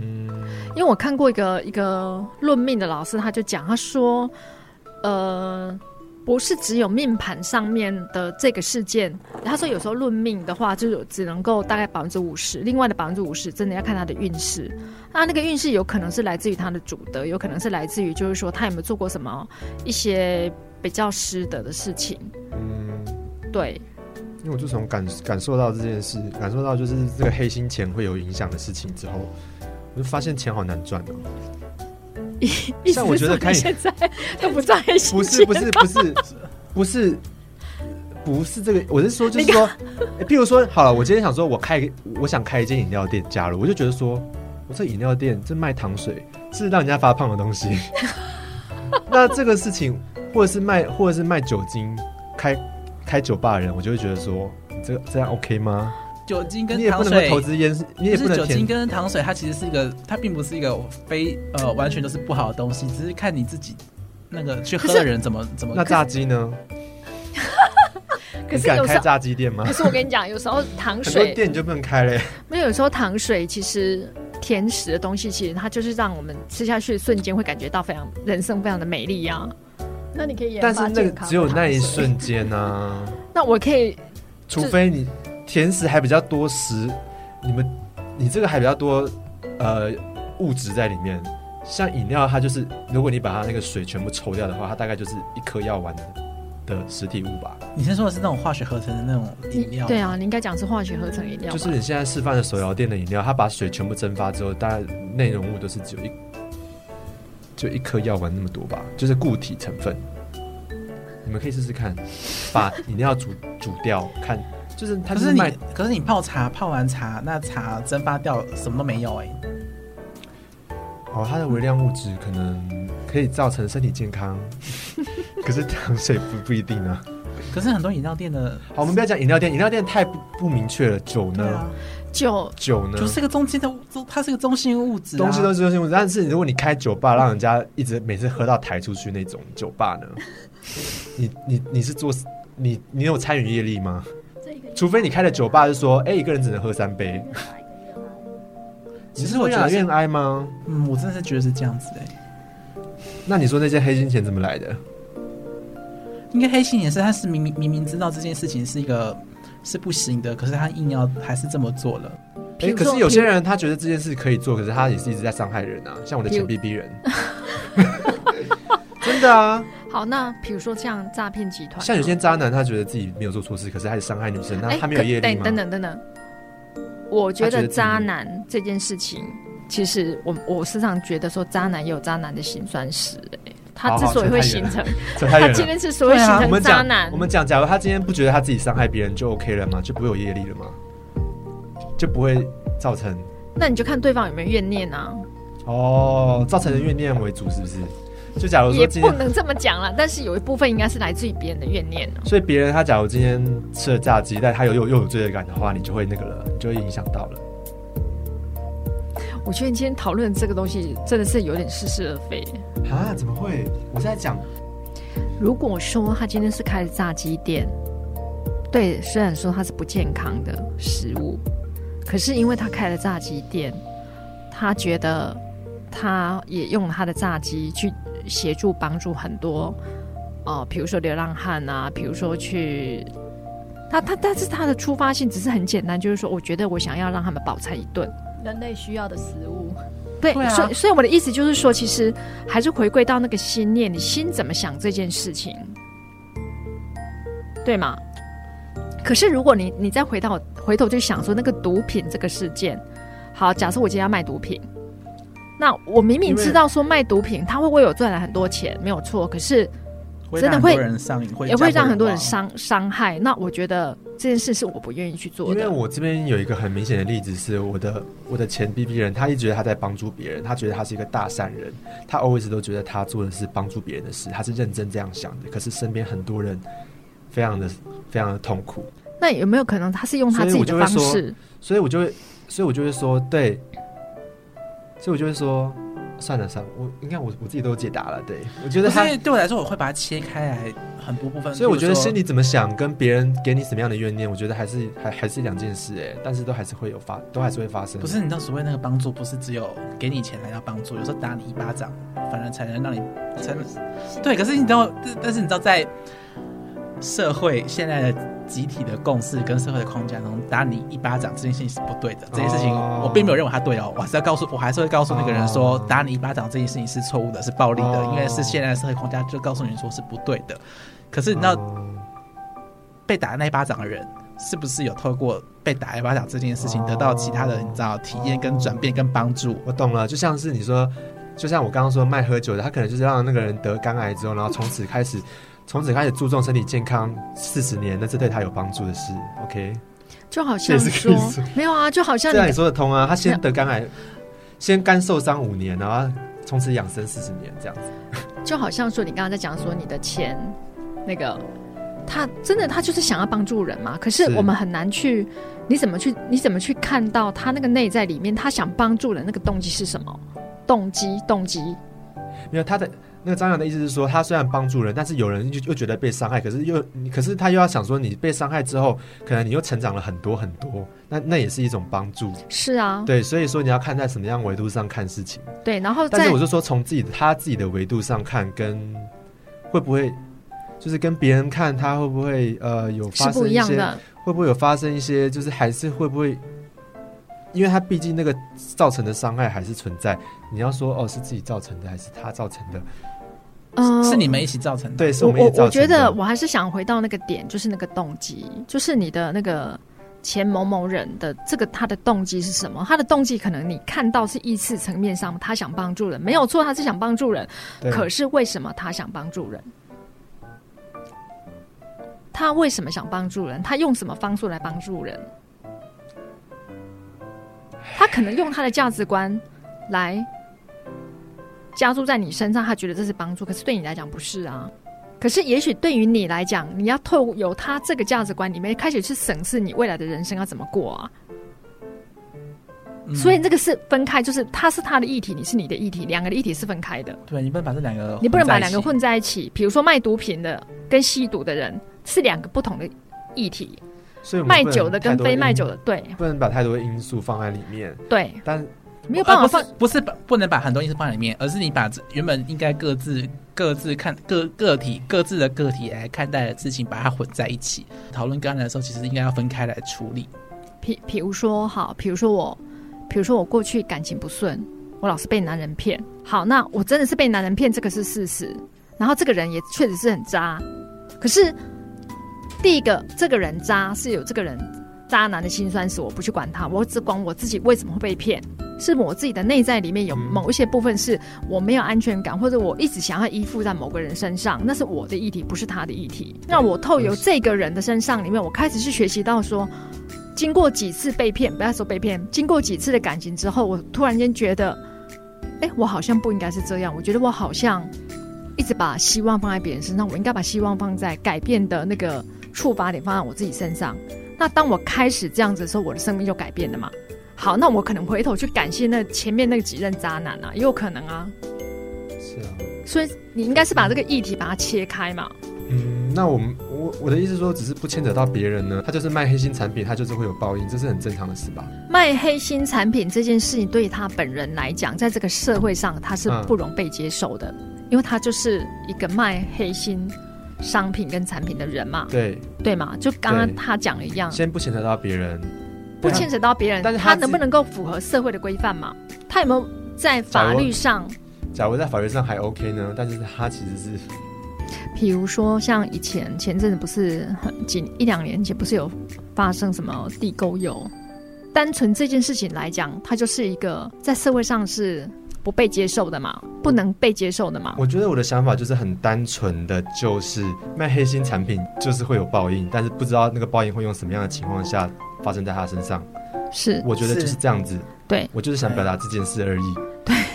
[SPEAKER 1] 嗯，
[SPEAKER 3] 因为我看过一个一个论命的老师，他就讲，他说，呃，不是只有命盘上面的这个事件，他说有时候论命的话，就是只能够大概百分之五十，另外的百分之五十真的要看他的运势。那那个运势有可能是来自于他的主德，有可能是来自于就是说他有没有做过什么一些比较失德的事情，
[SPEAKER 1] 嗯，
[SPEAKER 3] 对。
[SPEAKER 1] 因为我就从感感受到这件事，感受到就是这个黑心钱会有影响的事情之后，我就发现钱好难赚哦、
[SPEAKER 3] 意思
[SPEAKER 1] 像我觉
[SPEAKER 3] 是
[SPEAKER 1] 得
[SPEAKER 3] 说
[SPEAKER 1] 看
[SPEAKER 3] 你现在 都不在心
[SPEAKER 1] 不是不是不是不是不是这个，我是说就是说，诶譬如说好了，我今天想说我开一个我想开一间饮料店，假如我就觉得说我这饮料店这卖糖水是让人家发胖的东西，那这个事情或者是卖或者是卖酒精开开酒吧的人，我就会觉得说这个这样 OK 吗？
[SPEAKER 2] 酒精跟
[SPEAKER 1] 你也
[SPEAKER 2] 糖
[SPEAKER 1] 不能够
[SPEAKER 2] 水
[SPEAKER 1] 投资烟，你也
[SPEAKER 2] 就
[SPEAKER 1] 不
[SPEAKER 2] 是
[SPEAKER 1] 能
[SPEAKER 2] 酒
[SPEAKER 1] 填
[SPEAKER 2] 精跟糖水，它其实是一个，它并不是一个非呃完全都是不好的东西，只是看你自己那个去喝的人怎么怎么
[SPEAKER 1] 那。炸鸡呢？
[SPEAKER 3] 可
[SPEAKER 1] 你
[SPEAKER 3] 是
[SPEAKER 1] 敢
[SPEAKER 3] 有时
[SPEAKER 1] 开
[SPEAKER 3] 候，
[SPEAKER 1] 炸鸡店吗
[SPEAKER 3] 可？是我跟你讲，有时候糖
[SPEAKER 1] 很多
[SPEAKER 3] 水
[SPEAKER 1] 店你就不能开嘞。
[SPEAKER 3] 没有，有时候糖水其实甜食的东西，其实它就是让我们吃下去的瞬间会感觉到非常人生非常的美丽啊呀、
[SPEAKER 4] 那你可以研
[SPEAKER 1] 但
[SPEAKER 4] 发
[SPEAKER 1] 是那个
[SPEAKER 4] 健康的
[SPEAKER 1] 只有那一
[SPEAKER 4] 糖水
[SPEAKER 1] 瞬间呢、啊，
[SPEAKER 3] 那我可以
[SPEAKER 1] 除非你甜食还比较多食，你们你这个还比较多呃物质在里面。像饮料，它就是如果你把它那个水全部抽掉的话，它大概就是一颗药丸的的实体物吧。
[SPEAKER 2] 你先说的是那种化学合成的那种饮料，
[SPEAKER 3] 对，啊，你应该讲是化学合成饮料吧，
[SPEAKER 1] 就是你现在示范的手摇店的饮料，它把水全部蒸发之后，大概内容物都是只有一就一颗药丸那么多吧，就是固体成分。你们可以试试看，把饮料煮煮掉，看就是它
[SPEAKER 2] 可
[SPEAKER 1] 就是是
[SPEAKER 2] 你
[SPEAKER 1] 卖，
[SPEAKER 2] 可是你泡茶，泡完茶那茶蒸发掉什么都没有哎、
[SPEAKER 1] 哦，它的微量物质可能可以造成身体健康， 可是糖水不不一定啊。
[SPEAKER 2] 可是很多饮料店的，
[SPEAKER 1] 好，我们不要讲饮料店，饮料店太不不明确了。酒呢？
[SPEAKER 2] 对啊，
[SPEAKER 3] 酒
[SPEAKER 1] 酒呢？
[SPEAKER 2] 就是个中间的物，它是个中性物质、啊，
[SPEAKER 1] 啊东西都是东西，但是如果你开酒吧，让人家一直每次喝到抬出去那种酒吧呢， 你你你是做你你有参与业力吗？
[SPEAKER 4] 这一个
[SPEAKER 1] 除非你开的酒吧是说，哎、一个人只能喝三杯，你
[SPEAKER 2] 其
[SPEAKER 1] 是
[SPEAKER 2] 实
[SPEAKER 1] 会
[SPEAKER 2] 我
[SPEAKER 1] 越
[SPEAKER 2] 觉得
[SPEAKER 1] 来
[SPEAKER 2] 是
[SPEAKER 1] 越哀吗？
[SPEAKER 2] 嗯，我真的是觉得是这样子哎、
[SPEAKER 1] 那你说那些黑金钱怎么来的？
[SPEAKER 2] 应该黑心也是，他是明明明明知道这件事情是一个是不行的，可是他硬要还是这么做了。
[SPEAKER 1] 哎、
[SPEAKER 3] 比如
[SPEAKER 1] 可
[SPEAKER 3] 说
[SPEAKER 1] 是有些人他觉得这件事可以做，可是他也是一直在伤害人 啊，像我的
[SPEAKER 3] 比如
[SPEAKER 1] 钱币逼人， 真的啊，
[SPEAKER 3] 好，那比如说像诈骗集团啊，
[SPEAKER 1] 像有些渣男，他觉得自己没有做错事，可是还是伤害女生，那
[SPEAKER 3] 哎，
[SPEAKER 1] 他没有
[SPEAKER 3] 可
[SPEAKER 1] 业力
[SPEAKER 3] 等
[SPEAKER 1] 吗？
[SPEAKER 3] 等等等等，我觉
[SPEAKER 1] 他觉
[SPEAKER 3] 得
[SPEAKER 1] 得自己
[SPEAKER 3] 渣男这件事情，其实我我时常觉得说，渣男也有渣男的辛酸史、哎，他
[SPEAKER 1] 好
[SPEAKER 3] 之
[SPEAKER 1] 好
[SPEAKER 3] 所以
[SPEAKER 1] 扯
[SPEAKER 3] 会
[SPEAKER 1] 太
[SPEAKER 3] 形
[SPEAKER 1] 远
[SPEAKER 3] 成，
[SPEAKER 1] 扯太远
[SPEAKER 3] 他
[SPEAKER 1] 了
[SPEAKER 3] 今天之所以
[SPEAKER 2] 对
[SPEAKER 3] 形
[SPEAKER 2] 啊
[SPEAKER 1] 我
[SPEAKER 3] 成
[SPEAKER 1] 们
[SPEAKER 3] 渣
[SPEAKER 1] 讲
[SPEAKER 3] 男，
[SPEAKER 1] 我们讲，假如他今天不觉得他自己伤害别人就 OK 了吗？就不会有业力了吗？就不会造成
[SPEAKER 3] 那你就看对方有没有怨念啊，
[SPEAKER 1] 哦，造成的怨念为主，是不是？就假如说
[SPEAKER 3] 也
[SPEAKER 1] 今
[SPEAKER 3] 不
[SPEAKER 1] 天，
[SPEAKER 3] 能这么讲啦。但是有一部分应该是来自于别人的怨念哦、
[SPEAKER 1] 所以别人他假如今天吃了炸鸡，但他有又又有罪恶感的话，你就会那个了，你就会影响到了。
[SPEAKER 3] 我觉得你今天讨论这个东西真的是有点似是而非、
[SPEAKER 1] 啊？怎么会？我在讲
[SPEAKER 3] 如果说他今天是开的炸鸡店，对，虽然说它是不健康的食物，可是因为他开了炸鸡店，他觉得他也用他的炸鸡去协助帮助很多，呃，比如说流浪汉啊，比如说去。他他，但是他的出发性只是很简单，就是说，我觉得我想要让他们饱餐一顿。
[SPEAKER 4] 人类需要的食物，
[SPEAKER 3] 对，
[SPEAKER 2] 对啊
[SPEAKER 3] 所以所以我的意思就是说，其实还是回归到那个心念，你心怎么想这件事情，对吗？可是如果你你再回到回头就想说那个毒品这个事件，好，假设我今天要卖毒品，那我明明
[SPEAKER 1] 因为
[SPEAKER 3] 知道说卖毒品他会为我赚了很多钱，没有错，可是
[SPEAKER 2] 会
[SPEAKER 3] 真的
[SPEAKER 2] 让很
[SPEAKER 3] 会
[SPEAKER 2] 多人上瘾，会
[SPEAKER 3] 也会让很多人
[SPEAKER 2] 上。
[SPEAKER 3] 伤伤害。那我觉得这件事是我不愿意去做
[SPEAKER 1] 因为
[SPEAKER 3] 的。
[SPEAKER 1] 我这边有一个很明显的例子，是我的我的前 B B 人，他一直觉得他在帮助别人，他觉得他是一个大善人，他 always 都觉得他做的是帮助别人的事，他是认真这样想的。可是身边很多人非常的非常的痛苦，
[SPEAKER 3] 那有没有可能他是用他
[SPEAKER 1] 所以
[SPEAKER 3] 自己
[SPEAKER 1] 我就
[SPEAKER 3] 的
[SPEAKER 1] 会
[SPEAKER 3] 方
[SPEAKER 1] 说
[SPEAKER 3] 式？
[SPEAKER 1] 所以我就会，所以我就会说，对，所以我就会说，算了算了，我你看我我自己都解答了，对我觉得
[SPEAKER 2] 可
[SPEAKER 1] 他，
[SPEAKER 2] 是对我来说，我会把它切开来很多部分。
[SPEAKER 1] 所以我
[SPEAKER 2] 比
[SPEAKER 1] 觉得
[SPEAKER 2] 如说
[SPEAKER 1] 心里怎么想跟别人给你什么样的怨念，我觉得还是还还是两件事哎、但是都还是会有发，都还是会发生。
[SPEAKER 2] 不是你知道所谓那个帮助，不是只有给你钱才叫帮助，有时候打你一巴掌，反而才能让你才能对。可是你知道，但但是你知道在社会现在的集体的共识跟社会的框架中，打你一巴掌这件事情是不对的。这件事情
[SPEAKER 1] 哦
[SPEAKER 2] 我并没有认为它对哦，我还是要告诉，我还是会告诉那个人说，
[SPEAKER 1] 哦
[SPEAKER 2] 打你一巴掌这件事情是错误的，是暴力的，
[SPEAKER 1] 哦
[SPEAKER 2] 因为是现在的社会框架就告诉你说是不对的。可是你知道，
[SPEAKER 1] 哦
[SPEAKER 2] 被打那一巴掌的人，是不是有透过被打一巴掌这件事情，得到其他的你知道体验、跟转变、跟帮助？
[SPEAKER 1] 我懂了，就像是你说，就像我刚刚说卖喝酒的，他可能就是让那个人得肝癌之后，然后从此开始，从此开始注重身体健康四十年，那是对他有帮助的事。OK，
[SPEAKER 3] 就好
[SPEAKER 1] 这
[SPEAKER 3] 像
[SPEAKER 1] 也是可
[SPEAKER 3] 说
[SPEAKER 1] 以说
[SPEAKER 3] 没有啊，就好像
[SPEAKER 1] 这
[SPEAKER 3] 你
[SPEAKER 1] 样也说得通啊。他先得肝癌，先肝受伤五年，然后从此养生四十年这样子。
[SPEAKER 3] 就好像说你刚刚在讲说你的钱，那个他真的他就是想要帮助人嘛，可是
[SPEAKER 1] 是
[SPEAKER 3] 我们很难去，你怎么去你怎么去看到他那个内在里面他想帮助人那个动机是什么？动机动机，
[SPEAKER 1] 因为他的那个张扬的意思是说，他虽然帮助人，但是有人又又觉得被伤害，可是又你可是他又要想说，你被伤害之后，可能你又成长了很多很多，那那也是一种帮助。
[SPEAKER 3] 是啊，
[SPEAKER 1] 对，所以说你要看在什么样维度上看事情。
[SPEAKER 3] 对，然后
[SPEAKER 1] 但
[SPEAKER 3] 在
[SPEAKER 1] 是我就说，从自己的他自己的维度上看，跟会不会就是跟别人看他会不会呃有
[SPEAKER 3] 是
[SPEAKER 1] 发
[SPEAKER 3] 不
[SPEAKER 1] 生
[SPEAKER 3] 一
[SPEAKER 1] 一
[SPEAKER 3] 样
[SPEAKER 1] 些，
[SPEAKER 3] 的，
[SPEAKER 1] 会不会有发生一些，就是还是会不会，因为他毕竟那个造成的伤害还是存在。你要说哦，是自己造成的还是他造成的？哦
[SPEAKER 3] 嗯、
[SPEAKER 2] 是你们一起造成的。
[SPEAKER 1] 对，是
[SPEAKER 3] 我
[SPEAKER 1] 们一
[SPEAKER 3] 我
[SPEAKER 1] 起造
[SPEAKER 3] 我觉
[SPEAKER 1] 成的。
[SPEAKER 3] 得我还是想回到那个点，就是那个动机，就是你的那个前某某人的这个他的动机是什么？他的动机可能你看到是意识层面上他想帮助人，没有错，他是想帮助人，
[SPEAKER 1] 对
[SPEAKER 3] 可是为什么他想帮助人？他为什么想帮助人？他用什么方式来帮助人？他可能用他的价值观来加注在你身上，他觉得这是帮助，可是对你来讲不是啊。可是也许对于你来讲，你要透有他这个价值观里面开始去审视你未来的人生要怎么过啊。
[SPEAKER 2] 嗯
[SPEAKER 3] 所以这个是分开，就是他是他的议题，你是你的议题，两个的议题是分开的。
[SPEAKER 2] 对，你不能把这两个，
[SPEAKER 3] 你不能把两个。混在一起。比如说卖毒品的跟吸毒的人是两个不同的议题，
[SPEAKER 1] 所以我们
[SPEAKER 3] 卖
[SPEAKER 1] 不能
[SPEAKER 3] 酒的
[SPEAKER 1] 太
[SPEAKER 3] 跟
[SPEAKER 1] 多
[SPEAKER 3] 非卖
[SPEAKER 1] 因
[SPEAKER 3] 酒的，对
[SPEAKER 1] 不能把太多因素放在里面，
[SPEAKER 3] 对，
[SPEAKER 1] 但
[SPEAKER 3] 没有
[SPEAKER 1] 哦
[SPEAKER 3] 办法放。
[SPEAKER 2] 呃不是不是把不能把很多因素放在里面，而是你把这原本应该各自各自看各个体各自的个体来看待的事情，把它混在一起讨论个案的时候，其实应该要分开来处理。
[SPEAKER 3] 比比如说，好，比如说我，比如说我过去感情不顺，我老是被男人骗。好，那我真的是被男人骗，这个是事实。然后这个人也确实是很渣，可是第一个，这个人渣是有这个人渣男的辛酸史，我不去管他，我只管我自己为什么会被骗。是我自己的内在里面有
[SPEAKER 1] 嗯
[SPEAKER 3] 某一些部分是我没有安全感，或者我一直想要依附在某个人身上，那是我的议题，不是他的议题。那我透由这个人的身上里面，我开始去学习到说，经过几次被骗，不要说被骗，经过几次的感情之后，我突然间觉得，哎，我好像不应该是这样，我觉得我好像一直把希望放在别人身上，我应该把希望放在改变的那个触发点放在我自己身上。那当我开始这样子的时候，我的生命就改变了嘛。好，那我可能回头去感谢那前面那几任渣男啊，也有可能啊。
[SPEAKER 1] 是啊，
[SPEAKER 3] 所以你应该是把这个议题把它切开嘛。
[SPEAKER 1] 嗯，那我们我我的意思说，只是不牵扯到别人呢，他就是卖黑心产品，他就是会有报应，这是很正常的事吧？
[SPEAKER 3] 卖黑心产品这件事情，对于他本人来讲，在这个社会上他是
[SPEAKER 1] 嗯
[SPEAKER 3] 不容被接受的，因为他就是一个卖黑心商品跟产品的人嘛，
[SPEAKER 1] 对，
[SPEAKER 3] 对吗？就刚刚
[SPEAKER 1] 对
[SPEAKER 3] 他讲的一样，
[SPEAKER 1] 先不牵扯到别人，
[SPEAKER 3] 不牵扯到别人，
[SPEAKER 1] 但是
[SPEAKER 3] 啊他
[SPEAKER 1] 他
[SPEAKER 3] 能
[SPEAKER 1] 自
[SPEAKER 3] 不能够符合社会的规范嘛？他有没有在法
[SPEAKER 1] 假如
[SPEAKER 3] 律上
[SPEAKER 1] 假如在法律上还 OK 呢，但是他其实是
[SPEAKER 3] 比如说，像以前前阵子不是很近一两年前，不是有发生什么地沟油？单纯这件事情来讲，它就是一个在社会上是不被接受的嘛，不能被接受的嘛。
[SPEAKER 1] 我觉得我的想法就是很单纯的，就是卖黑心产品就是会有报应，但是不知道那个报应会用什么样的情况下发生在他身上。
[SPEAKER 3] 是
[SPEAKER 1] 我觉得就是
[SPEAKER 2] 是
[SPEAKER 1] 这样子，
[SPEAKER 3] 对
[SPEAKER 1] 我就是想表达这件事而已。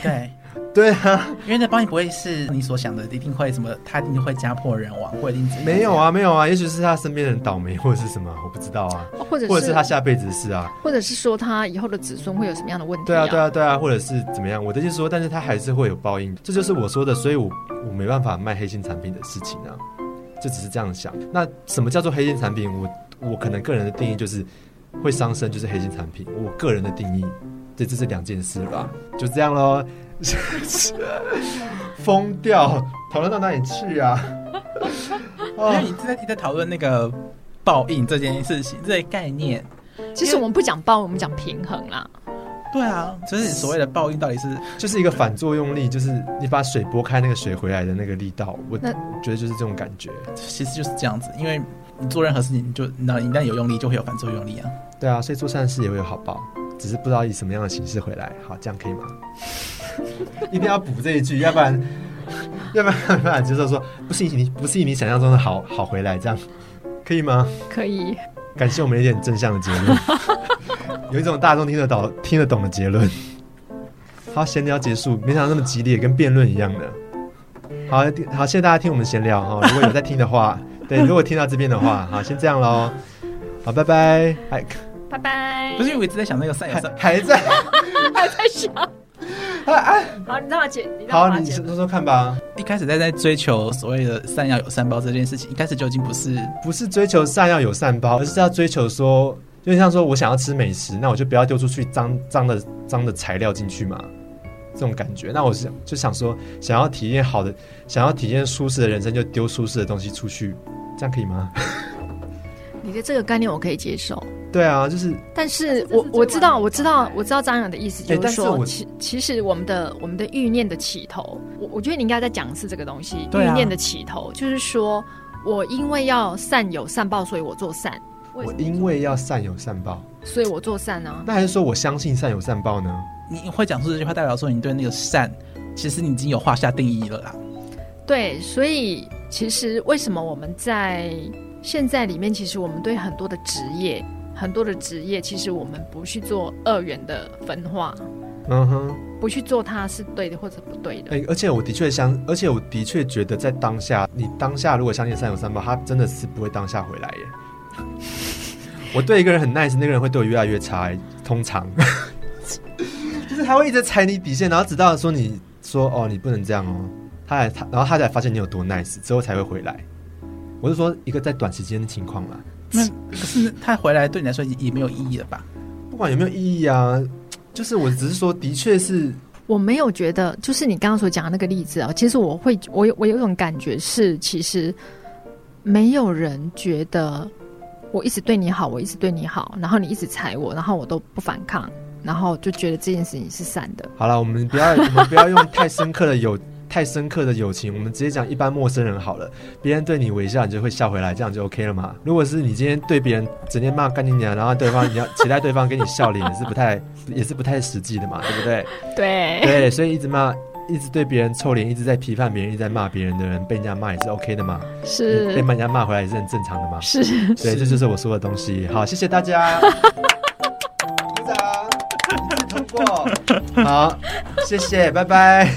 [SPEAKER 2] 对，
[SPEAKER 1] 对啊，
[SPEAKER 2] 因为那帮你不会是你所想的，一定会什么，他一定会家破人亡，或一定怎么样
[SPEAKER 1] 没有。啊，没有啊，也许是他身边人倒霉或者是什么，我不知道啊，
[SPEAKER 3] 或者
[SPEAKER 1] 或者
[SPEAKER 3] 是
[SPEAKER 1] 是他下辈子的事啊，
[SPEAKER 3] 或者是说他以后的子孙会有什么样的问题、
[SPEAKER 1] 对啊，对
[SPEAKER 3] 啊，
[SPEAKER 1] 啊，对啊，或者是怎么样？我的意思说，但是他还是会有报应，这就是我说的，所以我我没办法卖黑心产品的事情啊，就只是这样想。那什么叫做黑心产品？我我可能个人的定义就是会伤身，就是黑心产品。我个人的定义，这这是两件事吧，就这样喽。 疯掉，讨论到哪里去啊？
[SPEAKER 2] 因
[SPEAKER 1] 哦
[SPEAKER 2] 为，你在你在讨论那个报应这件事情，这个概念。
[SPEAKER 3] 其实我们不讲报，我们讲平衡啦。
[SPEAKER 2] 对啊，就是所谓的报应到底是
[SPEAKER 1] 就是一个反作用力，就是你把水拨开，那个水回来的那个力道，我
[SPEAKER 3] 那
[SPEAKER 1] 我觉得就是这种感觉。
[SPEAKER 2] 其实就是这样子，因为你做任何事情，你就那一旦有用力，就会有反作用力啊。
[SPEAKER 1] 对啊，所以做善事也会有好报，只是不知道以什么样的形式回来。好，这样可以吗？ 一定要补这一句，要不然， 要不然没办法接受说不是以你不是以你想象中的好好回来，这样可以吗？
[SPEAKER 3] 可以，
[SPEAKER 1] 感谢我们一点正向的结论，有一种大众听得到、听得懂的结论。好，闲聊结束，没想到那么激烈，跟辩论一样的。好，好，谢谢大家听我们闲聊哈、如果有在听的话，对，如果听到这边的话，好，先这样喽。好，拜拜。哎还
[SPEAKER 3] 拜拜
[SPEAKER 2] 不。是因为我一直在想那个善有善
[SPEAKER 1] 还还在。
[SPEAKER 3] 还在想，好，你让他解，你让
[SPEAKER 1] 哎好，
[SPEAKER 3] 他
[SPEAKER 1] 你
[SPEAKER 3] 解
[SPEAKER 1] 说。说看吧，
[SPEAKER 2] 一开始在在追求所谓的善要有善报这件事情，一开始就已经不是
[SPEAKER 1] 不是追求善要有善报，而是要追求说，就像说我想要吃美食，那我就不要丢出去脏脏的脏的材料进去嘛，这种感觉。那我是就想说，想要体验好的，想要体验舒适的人生，就丢舒适的东西出去，这样可以吗？
[SPEAKER 3] 你的这个概念我可以接受，
[SPEAKER 1] 对啊，就是
[SPEAKER 3] 但是
[SPEAKER 4] 但是这
[SPEAKER 3] 我
[SPEAKER 4] 是
[SPEAKER 3] 我知道，
[SPEAKER 4] 最完美的
[SPEAKER 3] 我知
[SPEAKER 4] 状
[SPEAKER 3] 道
[SPEAKER 4] 态，
[SPEAKER 3] 我知道张扬的意思，
[SPEAKER 1] 哎
[SPEAKER 3] 就是
[SPEAKER 1] 但是
[SPEAKER 3] 说，
[SPEAKER 1] 我
[SPEAKER 3] 其其实我们的我们的欲念的起头，我我觉得你应该再讲一次这个东西，
[SPEAKER 2] 对啊
[SPEAKER 3] 欲念的起头，就是说我因为要善有善报，所以我做善，
[SPEAKER 4] 为什
[SPEAKER 1] 我
[SPEAKER 4] 么
[SPEAKER 1] 因为要善有善报，
[SPEAKER 3] 所以我做善啊。
[SPEAKER 1] 那还是说我相信善有善报呢？
[SPEAKER 2] 你会讲出这句话，代表说你对那个善，其实你已经有画下定义了啦。
[SPEAKER 3] 对，所以其实为什么我们在现在里面，其实我们对很多的职业，很多的职业，其实我们不去做二元的分化，
[SPEAKER 1] 嗯哼。
[SPEAKER 3] 不去做它是对的或者不对的。
[SPEAKER 1] 哎、而且我的确相，而且我的确觉得在当下，你当下如果相信三有三宝，他真的是不会当下回来耶。 我对一个人很 nice，那个人会对我越来越差耶，通常 就是他会一直踩你底线，然后直到说你说哦你不能这样哦，他才他然后他才发现你有多 nice 之后才会回来。我是说一个在短时间的情况啦，
[SPEAKER 2] 那可是他回来对你来说也也没有意义了吧？
[SPEAKER 1] 不管有没有意义啊，就是我只是说，的确是
[SPEAKER 3] 我没有觉得，就是你刚刚所讲的那个例子啊，其实我会，我有我有一种感觉是，其实没有人觉得我一直对你好，我一直对你好，然后你一直踩我，然后我都不反抗，然后就觉得这件事情是善的。
[SPEAKER 1] 好了，我们不要 我们不要用太深刻的友太深刻的友情，我们直接讲一般陌生人好了。别人对你微笑，你就会笑回来，这样就 OK 了嘛。如果是你今天对别人整天骂干你娘，然后对方你要期待对方给你笑脸，也是不太 也是不太实际的嘛，对不对？
[SPEAKER 3] 对，
[SPEAKER 1] 对，所以一直骂。一直对别人臭脸，一直在批判别人，一直在骂别人的人，被人家骂也是 OK 的嘛，被
[SPEAKER 3] 是
[SPEAKER 1] 人家骂回来也是很正常的嘛。
[SPEAKER 3] 是。
[SPEAKER 1] 对，
[SPEAKER 2] 是
[SPEAKER 1] 这就是我说的东西。好，谢谢大家，鼓掌，一致通过。好，谢谢，拜拜。